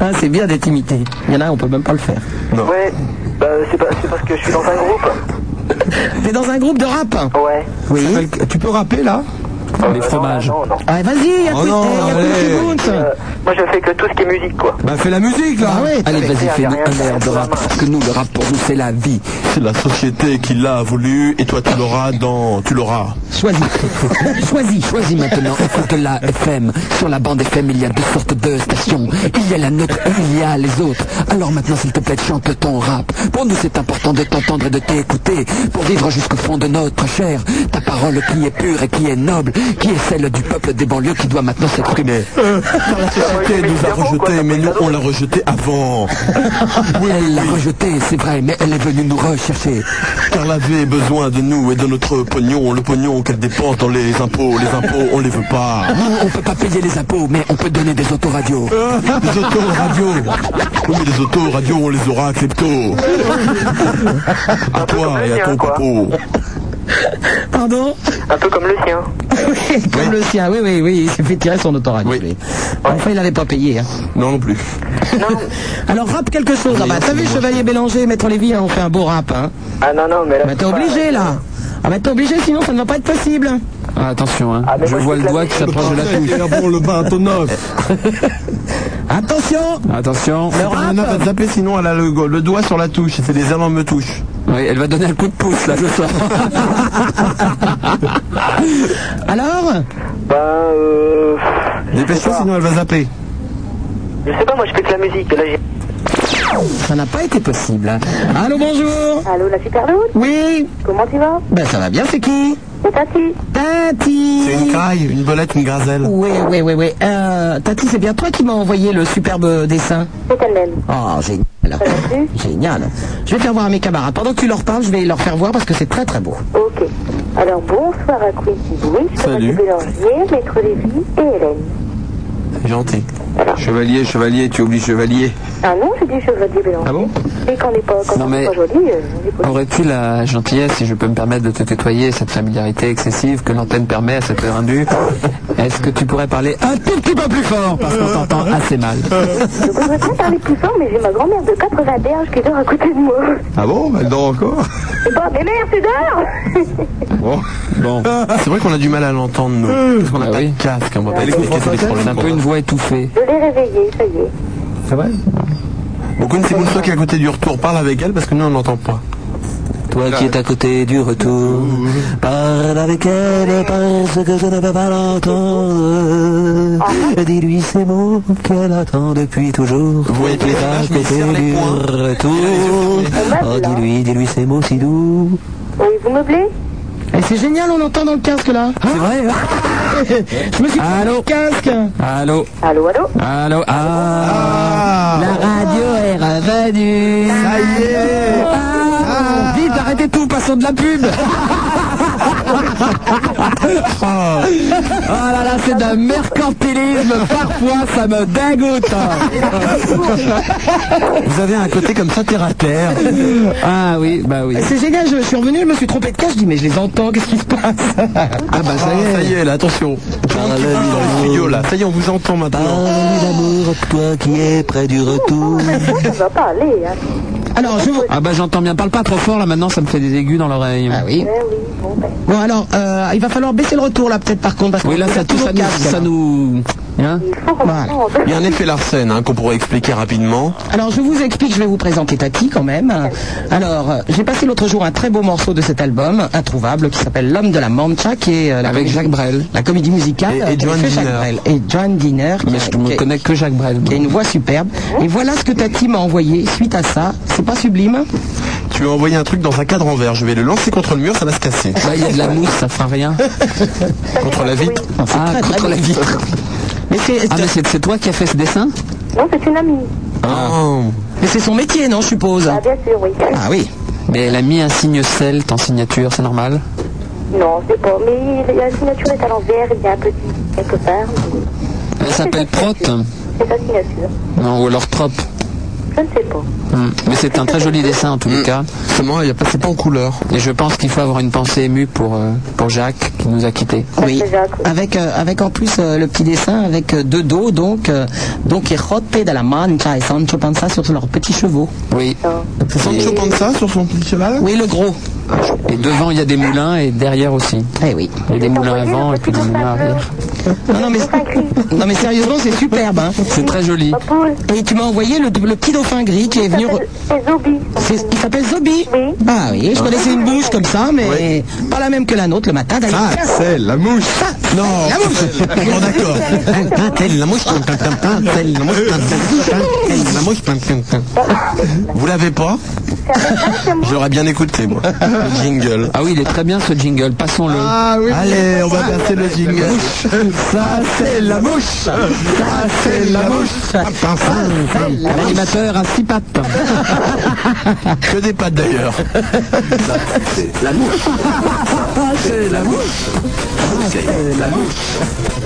[SPEAKER 1] Ah, c'est bien d'être imité. Il y en a, on peut même pas le faire.
[SPEAKER 10] Ouais, bah, c'est pas- c'est parce que je suis dans un groupe.
[SPEAKER 1] T'es dans un groupe de rap
[SPEAKER 10] Ouais. Euh,
[SPEAKER 1] Oui.
[SPEAKER 5] Tu peux rappeler là
[SPEAKER 15] les fromages.
[SPEAKER 10] Non, non, non.
[SPEAKER 1] Ah, vas-y, y'a
[SPEAKER 5] Oh
[SPEAKER 1] plus
[SPEAKER 5] non, allez.
[SPEAKER 1] de
[SPEAKER 10] Euh, moi je fais que tout ce qui est musique, quoi.
[SPEAKER 5] Bah fais la musique là
[SPEAKER 1] Ah ouais,
[SPEAKER 15] Allez, vas-y, fais-nous
[SPEAKER 10] Rien, rien,
[SPEAKER 15] un air de rap. Parce que nous, le rap, pour nous, c'est la vie.
[SPEAKER 4] C'est la société qui l'a voulu et toi tu l'auras dans. Tu l'auras.
[SPEAKER 1] choisis. choisis.
[SPEAKER 2] Choisis maintenant, écoute la FM. Sur la bande FM, il y a deux sortes de stations. Il y a la nôtre et il y a les autres. Alors maintenant, s'il te plaît, chante ton rap. Pour nous, c'est important de t'entendre et de t'écouter. Pour vivre jusqu'au fond de notre chair. Ta parole qui est pure et qui est noble.
[SPEAKER 17] qui est celle du peuple des banlieues qui doit maintenant s'exprimer.
[SPEAKER 4] Car la société nous a rejetés, mais nous, on l'a rejeté avant.
[SPEAKER 17] elle l'a rejetée, c'est vrai, mais elle est venue nous rechercher.
[SPEAKER 4] Car la vie a besoin de nous et de notre pognon, le pognon qu'elle dépense dans les impôts. Les impôts, on les veut pas.
[SPEAKER 17] Nous, on peut pas payer les impôts, mais on peut donner des autoradios.
[SPEAKER 4] Les autoradios Oui, mais les autoradios, on les aura à Klepto. À toi et à ton papo.
[SPEAKER 1] Pardon
[SPEAKER 9] Un peu comme le sien.
[SPEAKER 1] Oui, comme le sien, oui, oui, oui, il s'est fait tirer son autoradio. lui. Enfin, il n'avait pas payé. hein.
[SPEAKER 4] Non, non plus.
[SPEAKER 1] Alors, rappe quelque chose. Ah bah, t'as vu, Chevalier Bélanger, Maître Lévy, hein, on fait un beau rap. Hein.
[SPEAKER 11] Ah non, non, mais là.
[SPEAKER 1] Bah, t'es obligé, là. Ah bah, t'es obligé, sinon ça ne va pas être possible.
[SPEAKER 2] Ah, attention, hein. je vois le doigt qui s'approche de la
[SPEAKER 1] Le
[SPEAKER 2] touche.
[SPEAKER 1] bâton,
[SPEAKER 4] le bâton
[SPEAKER 1] Attention
[SPEAKER 2] Attention.
[SPEAKER 4] Nana va te zapper, sinon elle Ah, a le, le doigt sur la touche. C'est des énormes touches.
[SPEAKER 2] Oui, elle va donner un coup de pouce, là, je sens.
[SPEAKER 1] Alors
[SPEAKER 11] Bah, euh.
[SPEAKER 4] Dépêche-toi, sinon elle va zapper.
[SPEAKER 11] Je sais pas, moi, je fais de la musique. Là, j'ai.
[SPEAKER 1] Ça n'a pas été possible. hein. Allô, bonjour
[SPEAKER 13] Allô, la superloute
[SPEAKER 1] Oui
[SPEAKER 13] Comment tu vas
[SPEAKER 1] Ben, ça va bien, c'est qui
[SPEAKER 13] C'est Tati.
[SPEAKER 1] Tati
[SPEAKER 4] C'est une craille, une belette, une gazelle.
[SPEAKER 1] Oui, oui, oui, oui. Euh, Tati, c'est bien toi qui m'as envoyé le superbe dessin
[SPEAKER 13] C'est elle-même.
[SPEAKER 1] Oh, génial. Génial. Je vais faire voir à mes camarades. Pendant que tu leur parles, je vais leur faire voir parce que c'est très très beau.
[SPEAKER 13] Ok. Alors, bonsoir à Quincy Bouy,
[SPEAKER 1] Salut.
[SPEAKER 13] Chevalier Bélanger, Maître Lévy et Hélène.
[SPEAKER 4] Gentil.
[SPEAKER 5] Chevalier, chevalier, tu oublies chevalier.
[SPEAKER 13] Ah non, j'ai dit Chevalier Bélanger. Ah bon Et quand on n'est pas, quand
[SPEAKER 2] Non,
[SPEAKER 13] on
[SPEAKER 2] mais-
[SPEAKER 13] n'est pas joli, euh, on dit pas-
[SPEAKER 2] Aurais-tu la gentillesse, si je peux me permettre de te tutoyer, cette familiarité excessive que l'antenne permet à cette heure indue Est-ce que tu pourrais parler un tout petit peu plus fort Parce qu'on t'entend assez mal.
[SPEAKER 13] Je voudrais pas parler plus fort, mais j'ai ma grand-mère de 80 berges qui dort à côté de moi.
[SPEAKER 4] Ah bon Elle dort encore
[SPEAKER 13] Et bah, mais merde, tu dors
[SPEAKER 4] Bon. C'est vrai qu'on a du mal à l'entendre,
[SPEAKER 2] Euh.
[SPEAKER 4] nous. Parce qu'on
[SPEAKER 2] Ah
[SPEAKER 4] n'a pas de casque, on va pas expliquer tous les problèmes.
[SPEAKER 2] C'est un peu une voix étouffée.
[SPEAKER 13] Je l'ai réveillée, ça y est.
[SPEAKER 17] Oh,
[SPEAKER 4] C'est vrai Bon, Queen, c'est pour ça qui est à côté du retour. Parle avec elle parce que nous, on n'entend pas.
[SPEAKER 17] Toi qui es à côté du retour, parle avec elle parce que je ne peux pas l'entendre. Dis-lui ces mots qu'elle attend depuis toujours. Vous voyez les à côté du retour. Oh, dis-lui, dis-lui ces mots si doux.
[SPEAKER 13] Oui, vous meublez
[SPEAKER 1] Et c'est génial, on entend dans le casque là. c'est vrai. je me suis Allô casque.
[SPEAKER 2] Allô
[SPEAKER 13] Allô, allô
[SPEAKER 2] Allô Ah
[SPEAKER 1] La radio est revenue. Ça y est. Vite, arrêtez tout, passons de la pub. oh. là là, c'est d'un mercantilisme. Parfois, ça me dingote.
[SPEAKER 4] Vous avez un côté comme ça, terre à terre.
[SPEAKER 2] Ah oui, bah oui.
[SPEAKER 1] C'est génial, je, je suis revenu, je me suis trompé de casque, je dis mais je les entends, qu'est-ce qui se passe
[SPEAKER 4] Ah bah ça y est, ça y est, là, attention. Ah, Dans le studio, là. Ça y est, on vous entend
[SPEAKER 2] Ah.
[SPEAKER 4] maintenant.
[SPEAKER 17] L'amour, toi qui es près du retour.
[SPEAKER 13] Oh, Ça va pas aller, hein.
[SPEAKER 1] Alors, je vous...
[SPEAKER 2] Ah bah j'entends bien, parle pas trop fort là maintenant, ça me fait des aigus dans l'oreille.
[SPEAKER 1] Ah oui.
[SPEAKER 13] Eh ben,
[SPEAKER 1] Bon alors, euh, il va falloir baisser le retour là peut-être par contre parce que
[SPEAKER 2] Oui là ça,
[SPEAKER 1] tout
[SPEAKER 2] ça nous... Ça nous... Hein
[SPEAKER 4] Il y a un effet Larsen hein, qu'on pourrait expliquer rapidement.
[SPEAKER 1] Alors je vous explique, je vais vous présenter Tati quand même. Alors euh, j'ai passé l'autre jour un très beau morceau de cet album introuvable qui s'appelle L'homme de la Mancha qui est euh, la
[SPEAKER 2] Avec
[SPEAKER 1] comédie-
[SPEAKER 2] Jacques Brel.
[SPEAKER 1] la comédie musicale
[SPEAKER 2] Et- et
[SPEAKER 1] euh, qu'avait
[SPEAKER 2] Joan
[SPEAKER 1] fait Jacques
[SPEAKER 2] Dinner.
[SPEAKER 1] Brel. et John Dinner qui,
[SPEAKER 2] Mais je ne
[SPEAKER 1] qui-
[SPEAKER 2] connais que Jacques Brel.
[SPEAKER 1] qui a une voix superbe. Et voilà ce que Tati m'a envoyé suite à ça. C'est pas sublime
[SPEAKER 4] Tu lui as envoyé un truc dans un cadre en verre. Je vais le lancer contre le mur, ça va se casser.
[SPEAKER 2] Là il y a de la mousse, ça fera rien.
[SPEAKER 4] Contre la vitre.
[SPEAKER 2] Ah,
[SPEAKER 1] très,
[SPEAKER 2] contre
[SPEAKER 1] très
[SPEAKER 2] la
[SPEAKER 1] bien.
[SPEAKER 2] vitre.
[SPEAKER 1] Mais c'est
[SPEAKER 2] Ah mais c'est c'est toi qui as fait ce dessin
[SPEAKER 13] Non, c'est une amie.
[SPEAKER 4] Oh.
[SPEAKER 1] mais c'est son métier, non, je suppose
[SPEAKER 13] Ah, bien sûr, oui.
[SPEAKER 1] Ah oui.
[SPEAKER 2] Mais elle a mis un signe celte en signature, c'est normal.
[SPEAKER 13] Non, c'est bon. Mais il- la signature est à l'envers, il y a un petit quelque part. mais
[SPEAKER 2] Elle s'appelle Prote
[SPEAKER 13] C'est sa signature.
[SPEAKER 2] Non, ou alors Trop.
[SPEAKER 13] Je ne sais pas.
[SPEAKER 2] Hmm. Mais c'est un très joli dessin en tous les cas.
[SPEAKER 4] Seulement, il y a pas, c'est pas en couleur.
[SPEAKER 2] Et je pense qu'il faut avoir une pensée émue pour, euh, pour Jacques qui nous a quittés.
[SPEAKER 1] Oui, avec, euh, avec en plus euh, le petit dessin avec euh, deux dos, donc, euh, donc Erote de la Mancha et Sancho Panza sur leurs petits chevaux.
[SPEAKER 2] Oui.
[SPEAKER 4] C'est Sancho Panza sur son petit cheval
[SPEAKER 1] Oui, le gros.
[SPEAKER 2] Et devant il y a des moulins et derrière aussi.
[SPEAKER 1] Eh oui.
[SPEAKER 2] Il y a des moulins avant et puis des moulins arrière.
[SPEAKER 1] Non, non, mais, non, mais sérieusement, c'est superbe. hein.
[SPEAKER 2] C'est très joli.
[SPEAKER 1] Et tu m'as envoyé le, le petit dauphin gris qui est venu. re-
[SPEAKER 13] C'est Zobi.
[SPEAKER 1] C'est- Il s'appelle Zobi. Ah oui, je connaissais une bouche comme ça, mais pas la même que la nôtre le matin. d'ailleurs.
[SPEAKER 2] Ah,
[SPEAKER 5] c'est la mouche.
[SPEAKER 4] Non,
[SPEAKER 1] La mouche.
[SPEAKER 4] Ah. bon, d'accord. Tintin, la mouche, tintin, tintin, tintin, la mouche, tintin, tintin, tintin, la mouche, tintin, tintin. Vous l'avez pas J'aurais bien écouté, moi. Le jingle.
[SPEAKER 1] Ah oui, il est très bien ce jingle. Passons-le.
[SPEAKER 4] Ah oui. Allez, on va passer le jingle.
[SPEAKER 1] Ça, c'est la mouche. Ça, c'est la
[SPEAKER 4] Ah,
[SPEAKER 1] mouche. L'animateur à six pattes.
[SPEAKER 4] Ah, Que des pattes d'ailleurs.
[SPEAKER 18] La mouche. C'est la mouche. C'est la mouche.